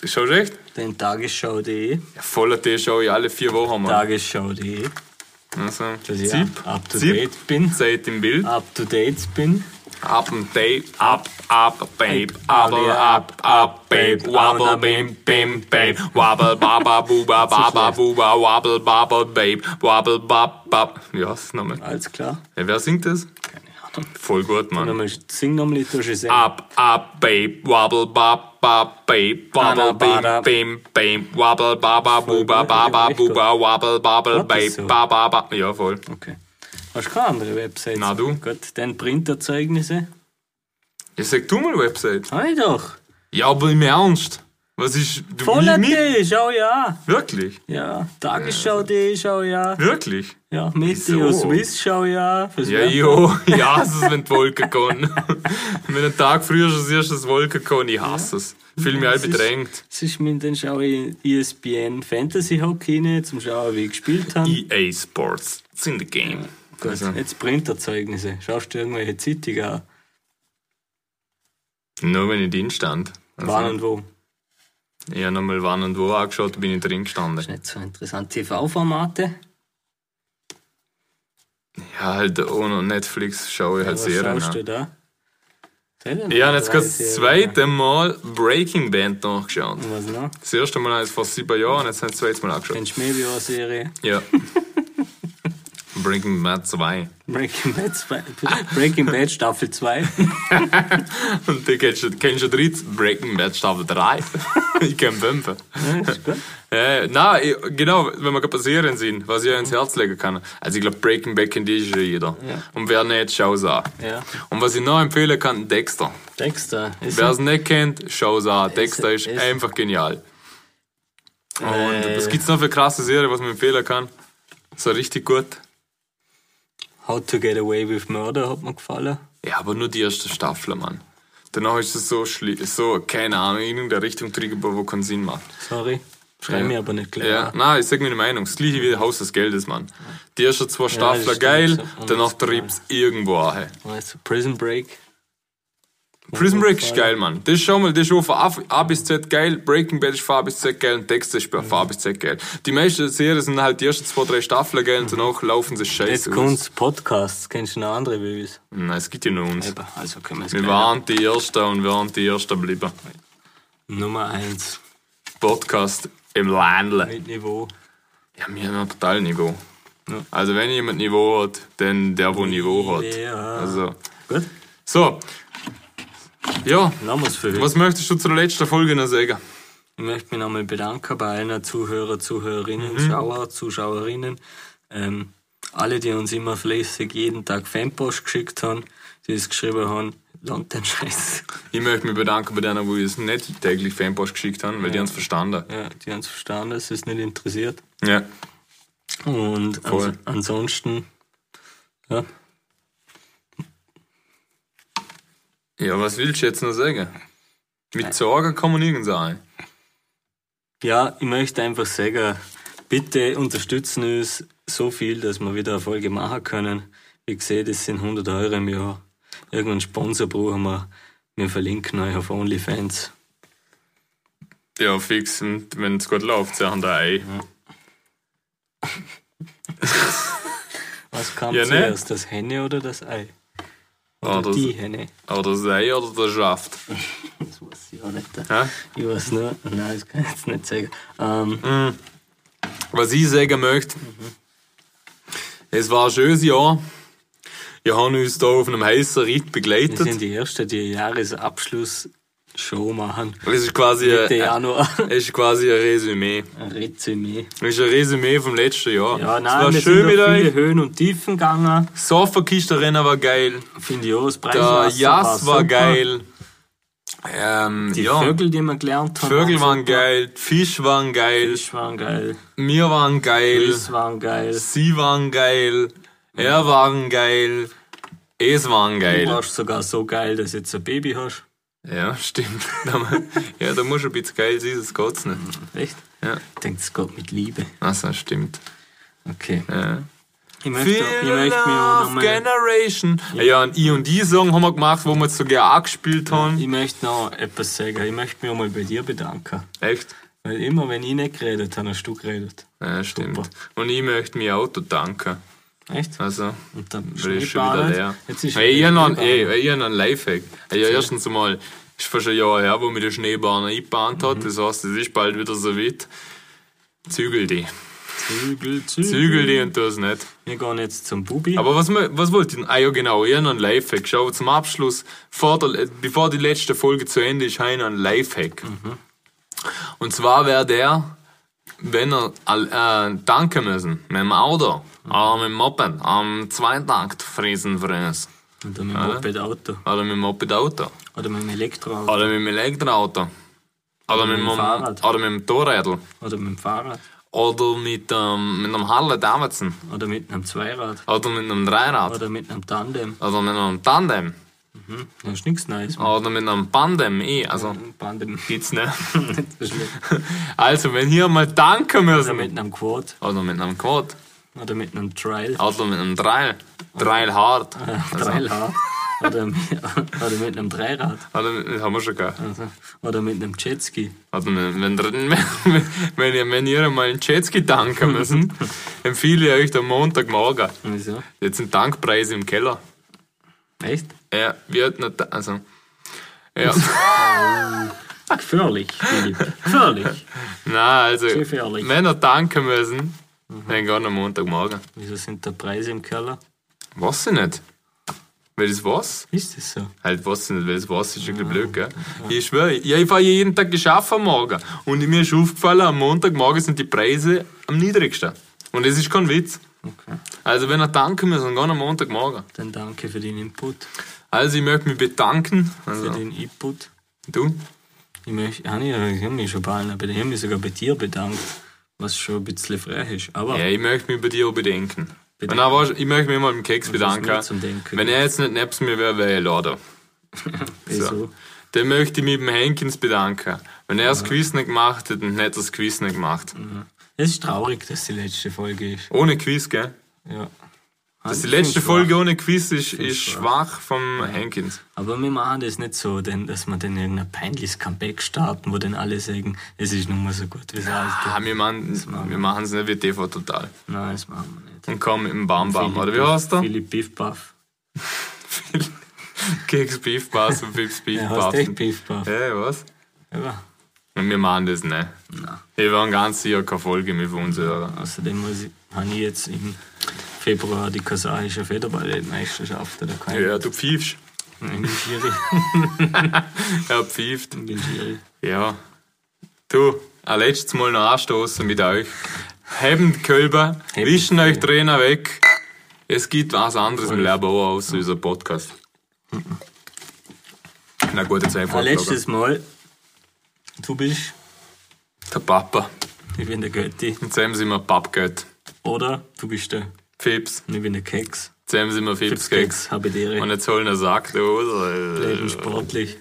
S3: Ist schon recht?
S5: Den Tagesschau.de.
S3: Ja, voller Tee schaue ich alle vier Wochen mal.
S5: Tagesschau.de.
S3: Also,
S5: Dass ich
S3: Zip,
S5: up to
S3: Zip,
S5: date bin.
S3: Zeit im Bild.
S5: Up to date bin.
S3: Up and date, up, up, babe, aber up, up, babe, wobble, bim, bim, babe, wobble, baba,
S5: [laughs]
S3: buba, baba, buba, wobble, baba, babe, wobble, bab, bab. Ja, das ist nochmal.
S5: Alles klar.
S3: Ja, wer singt das? Voll gut, Mann.
S5: Nochmal, sing nochmal, du schon sehen.
S3: Up, up, babe, wobble, bab, bab, babe, wobble, bim, bim, bim, wobble, baba, buba, baba, buba, wobble, bubble, babe, baba, bab. Ja, voll.
S5: Okay.
S3: Ah.
S5: Hast du keine andere Website?
S3: Na, du.
S5: Gut, dann Printerzeugnisse.
S3: Ja, sag du mal Website.
S5: Hab ich doch.
S3: Ja, aber im Ernst. Was ist. Du
S5: Voller
S3: mich-
S5: Tee, schau ja.
S3: Wirklich?
S5: Ja, Tagesschau.de, schau ja.
S3: Wirklich?
S5: Ja, Meteo
S3: Wieso?
S5: Swiss, schau ja. Fürs
S3: Ja,
S5: Wetter.
S3: jo, [laughs] ich hasse es, wenn die Wolken kommen. [laughs] wenn ein Tag früher schon siehst, dass Wolken kommen, ich hasse es. Ich fühle mich all
S5: das ist-
S3: bedrängt.
S5: Das ist mir dann schaue ich ESPN Fantasy Hockey rein, zum schauen, wie ich also- gespielt habe.
S3: EA E Sports, it's in the game. Also,
S5: Gut, jetzt Printerzeugnisse. Schaust du irgendwelche Zeitungen an?
S3: Nur wenn ich drin stand.
S5: Wann
S3: Also,
S5: und wo?
S3: ich habe nochmal wann und wo angeschaut, da bin ich drin gestanden.
S5: Nicht so interessant. TV-Formate?
S3: Ja, halt, ohne Netflix schaue ich halt
S5: Was
S3: Serien
S5: schaust du
S3: an.
S5: da?
S3: Ja, und jetzt gerade das
S5: Serien.
S3: zweite Mal Breaking Band nachgeschaut.
S5: Was noch?
S3: Das erste Mal habe ich es vor sieben Jahren, jetzt habe ich das zweite Mal angeschaut.
S5: Den Schmähbio-Serie.
S3: Ja. [laughs] Breaking Bad 2.
S5: Breaking Bad, [laughs] zwei- Breaking Bad Staffel 2.
S3: Und du [laughs] kennst schon, kennst schon dritt Breaking Bad Staffel 3. [laughs] ich kann bumpen. [laughs] Äh, nein, ich, genau, wenn wir gerade Serien sind, was ich euch ins Herz legen kann. Also ich glaube, Breaking Bad kennt eh schon jeder. Und wer nicht, schau's an.
S5: Ja.
S3: Und was ich noch empfehlen kann, Dexter.
S5: Dexter. Ist
S3: Wer es nicht kennt, schau's an. Dexter ist, Äh.
S5: ist-
S3: einfach genial. Und was gibt's noch für krasse Serien, was man empfehlen kann? So richtig gut.
S5: How to Get Away with Murder hat mir gefallen.
S3: Ja, aber nur die erste Staffel, Mann. Danach ist es so schli so, keine Ahnung, in irgendeiner Richtung treiben, wo keinen Sinn macht.
S5: Sorry. Schreib
S3: Ja.
S5: mir aber nicht gleich.
S3: Ja, nein, ich sag meine Meinung. Das gleiche wie Haus des Geldes, Mann. Die ersten zwei Staffeln
S5: stimmt,
S3: geil,
S5: so. Und
S3: danach
S5: das-
S3: trieb's irgendwo an.
S5: Also Prison Break.
S3: Prison Break ist geil, Mann. Das ist schon mal, das ist schon von A, A bis Z geil, Breaking Bad ist von A bis Z geil und Dexter ist von
S5: Mhm.
S3: A bis Z geil. Die meisten Serien sind halt die ersten zwei, drei Staffeln geil und danach laufen sie
S5: Mhm. Jetzt
S3: scheiße aus.
S5: kommt's Podcasts. Kennst du noch andere Babys?
S3: Nein, es gibt ja nur uns.
S5: Eben, Also können wir es
S3: Wir
S5: gleich-
S3: waren die Ersten und werden die Ersten bleiben.
S5: Nummer 1.
S3: Podcast im Ländle.
S5: Mit Niveau.
S3: Ja, wir haben ja total Niveau. Also wenn jemand Niveau hat, dann der, wo Niveau hat.
S5: Ja.
S3: Also.
S5: Gut.
S3: So. Ja,
S5: Dann haben wir's für heute.
S3: was möchtest du zur letzten Folge noch sagen?
S5: Ich möchte mich nochmal bedanken bei allen Zuhörer,
S3: Mhm.
S5: Zuhörerinnen, Schauer, Zuschauerinnen. Ähm, alle, die uns immer fleißig jeden Tag Fanpost geschickt haben, die es geschrieben haben, lernt den Scheiß.
S3: Ich möchte mich bedanken bei denen, die uns nicht täglich Fanpost geschickt haben, weil die haben es verstanden.
S5: Ja, die haben es verstanden, es ist nicht interessiert.
S3: Ja.
S5: Und
S3: Voll.
S5: ans ansonsten, ja,
S3: Ja, was willst du jetzt noch sagen? Mit Sorgen kann man nirgends sein.
S5: ja, ich möchte einfach sagen, bitte unterstützen uns so viel, dass wir wieder eine Folge machen können. Wie gesehen, das sind 100 Euro im Jahr. Irgendeinen Sponsor brauchen wir. Wir verlinken euch auf OnlyFans.
S3: Ja, fix. Und wenn es gut läuft, sie haben da Ei.
S5: Was kam
S3: Ja, ne?
S5: zuerst, das Henne oder das Ei? Oder
S3: Oder,
S5: die
S3: das-
S5: Henne?
S3: oder das Ei oder der Schaft.
S5: Das weiß ich auch nicht.
S3: Hä?
S5: Ich weiß nur, nein, das kann ich jetzt nicht sagen. Ähm,
S3: Was ich sagen möchte, es war ein schönes Jahr. Wir haben uns da auf einem heißen Ritt
S5: wir
S3: begleitet.
S5: sind die Ersten, die Jahresabschluss-Show machen.
S3: Es ist quasi
S5: Mitte
S3: ein,
S5: Januar. [laughs]
S3: es ist quasi ein Resümee.
S5: Ein Resümee.
S3: Es ist ein Resümee vom letzten Jahr.
S5: Ja, nein,
S3: es war
S5: wir
S3: schön
S5: sind
S3: mit
S5: durch viele
S3: euch.
S5: Höhen und Tiefen gegangen.
S3: Sofakistenrennen war geil.
S5: Finde ich auch, das Preis
S3: Der Jas war
S5: super.
S3: geil. Ähm,
S5: Die
S3: ja,
S5: Vögel, die wir gelernt haben.
S3: Vögel waren
S5: super.
S3: geil, die Fisch waren geil,
S5: Fisch waren geil.
S3: wir waren geil,
S5: Fisch waren geil.
S3: sie waren geil, er waren geil, es waren
S5: Du
S3: geil.
S5: warst sogar so geil, dass du jetzt ein Baby hast.
S3: Ja, stimmt. [laughs] Da mu- ja, da muss ein bisschen geil sein, das geht's nicht.
S5: Echt?
S3: Ja.
S5: Ich denke, das geht mit Liebe.
S3: Also, stimmt.
S5: Okay.
S3: Ja.
S5: Ich möchte, ich möchte
S3: Feel
S5: mich auch
S3: Love genau.
S5: nochmal.
S3: Generation. Ja, einen I und I Song haben wir gemacht, wo wir es sogar auch gespielt haben.
S5: Ich möchte noch etwas sagen. Ich möchte mich einmal bei dir bedanken.
S3: Echt?
S5: Weil immer, wenn ich nicht geredet habe, hast du geredet.
S3: Ja, stimmt.
S5: Super.
S3: Und ich möchte mir auch danken.
S5: Echt?
S3: Also,
S5: Und dann
S3: weil ich schon wieder
S5: Schneeballert.
S3: leer.
S5: Jetzt ist
S3: Ey, ich habe einen,
S5: Schneeballert.
S3: ey, ey, ich hab einen Lifehack. Ey, ja, erstens einmal, ist fast ein Jahr her, wo mir der Schneebahn eingebahnt
S5: Mhm.
S3: hat. Das heißt, es ist bald wieder so weit. Zügel die.
S5: Zügel, Zügel.
S3: Zügel die und tu es nicht.
S5: Wir gehen jetzt zum Bubi.
S3: Aber was, mir- was wollt ihr denn? Ah ja, genau, ich habe einen Lifehack. Schau, zum Abschluss, vor der, äh, bevor die letzte Folge zu Ende ist, habe ich noch einen Lifehack.
S5: Mhm.
S3: Und zwar wäre der, wenn er äh, tanken müssen, mit dem Auto,
S5: Mhm.
S3: oder mit dem Moped, am Zweitakt friesen frieren.
S5: Und dann mit
S3: Ah.
S5: dem Moped Auto.
S3: Oder mit dem Moped-Auto.
S5: Oder mit dem Elektroauto.
S3: Oder mit dem Elektroauto. Oder mit,
S5: mit dem
S3: dem,
S5: Fahrrad.
S3: oder mit dem Torrädl.
S5: Oder mit dem Fahrrad.
S3: Oder mit, ähm, mit einem Harley Davidson.
S5: Oder mit einem Zweirad.
S3: Oder mit einem Dreirad.
S5: Oder mit einem Tandem.
S3: Oder mit einem Tandem.
S5: Das ist nichts Neues.
S3: Oder mit einem Pandem. Eh, also,
S5: Ein Tandem.
S3: gibt's nicht.
S5: Das ist nicht-
S3: ne? [laughs] Also, wenn hier mal danken
S5: Oder
S3: müssen.
S5: mit einem Quad.
S3: Oder mit einem Quad.
S5: Oder mit einem Trail.
S3: Oder mit einem Dreil. Dreil hart.
S5: Also. Trailrad. Oder mit, oder mit einem Dreirad.
S3: Oder mit, Also, das haben wir schon gehabt.
S5: Also, Oder mit einem Jetski.
S3: Also wenn, wenn, wenn, wenn, ihr, wenn ihr mal einen Jetski tanken müssen, empfehle ich euch den Montagmorgen.
S5: Wieso?
S3: Jetzt sind Tankpreise im Keller.
S5: Echt?
S3: Ja, wird nicht, also. Ja,
S5: Gefährlich, [laughs] Philipp. Gefährlich.
S3: na also,
S5: gefährlich.
S3: wenn ihr tanken müssen, dann gehen am Montagmorgen.
S5: Wieso sind da Preise im Keller?
S3: Was ich nicht? Weil das was?
S5: Ist das so?
S3: Halt, was nicht, weil das was ist irgendwie blöd, gell? Ich schwöre, ja, ich fahre jeden Tag geschafft am Morgen. Und mir ist aufgefallen, am Montagmorgen sind die Preise am niedrigsten. Und das ist kein Witz.
S5: Okay.
S3: Also, wenn ihr tanken müsst, dann gehen am Montagmorgen.
S5: Dann danke für den Input,
S3: Also, ich möchte mich bedanken.
S5: für
S3: Also,
S5: den Input.
S3: du?
S5: Ich möchte, ah, nee, ich habe mich schon bei allen, aber ich habe mich sogar bei dir bedankt, was schon ein bisschen frei ist. Aber
S3: Ja, ich möchte mich bei dir auch bedenken.
S5: Bedenken.
S3: Und auch, weißt, ich möchte mich mal dem Keks
S5: ist
S3: bedanken.
S5: nicht zum Denken.
S3: Wenn er jetzt nicht nebst mir wäre, wäre ich
S5: [laughs]
S3: leider.
S5: wieso?
S3: Dann möchte ich mich beim Henkins bedanken. Wenn er das Quiz nicht gemacht hätte, dann hätte er das Quiz nicht gemacht.
S5: Es ist traurig, dass die letzte Folge ist.
S3: Ohne Quiz, gell?
S5: Ja.
S3: Das die
S5: Ich
S3: letzte
S5: find's
S3: Folge
S5: schwach.
S3: ohne Quiz ist, ist
S5: schwach.
S3: schwach vom Henkins.
S5: Aber wir machen das nicht so, denn, dass wir dann irgendein peinliches Comeback starten, wo dann alle sagen, es ist nun mal so gut wie das alte.
S3: Ah, wir machen wir machen's nicht wie TV total.
S5: Nein, das machen wir nicht.
S3: Und kommen im Bam-Bam. Oder wie
S5: Philipp-
S3: heißt der?
S5: Philipp Biffbuff.
S3: Keks Beef Bass und Pips Beef
S5: Er
S3: Bass.
S5: heißt echt Biffbuff.
S3: Hey, was?
S5: Ja.
S3: Und wir machen das nicht. Wir waren ganz sicher keine Folge mehr von uns hören.
S5: Außerdem muss ich, habe ich jetzt im Februar die kasachische Federballmeisterschaft oder keine.
S3: Ja, du pfiffst.
S5: Ich bin Schiri. [laughs]
S3: Er pfifft.
S5: Ich bin Schiri.
S3: Ja. Du, ein letztes Mal noch anstoßen mit euch. Heben die Kölber,
S5: Heben die
S3: wischen euch Trainer weg. Es gibt was anderes im Leben auch außer unser Podcast. Na gut, jetzt einfach.
S5: Ein letztes Mal. Du bist,
S3: Der Papa.
S5: ich bin der Götti.
S3: Und zusammen sind wir Pappgeld.
S5: Oder du bist der,
S3: Fips.
S5: und ich bin der Keks.
S3: Zusammen sind wir Fipskeks.
S5: Keks, habe ich dir.
S3: Und jetzt holen er sagt, du.
S5: Sportlich.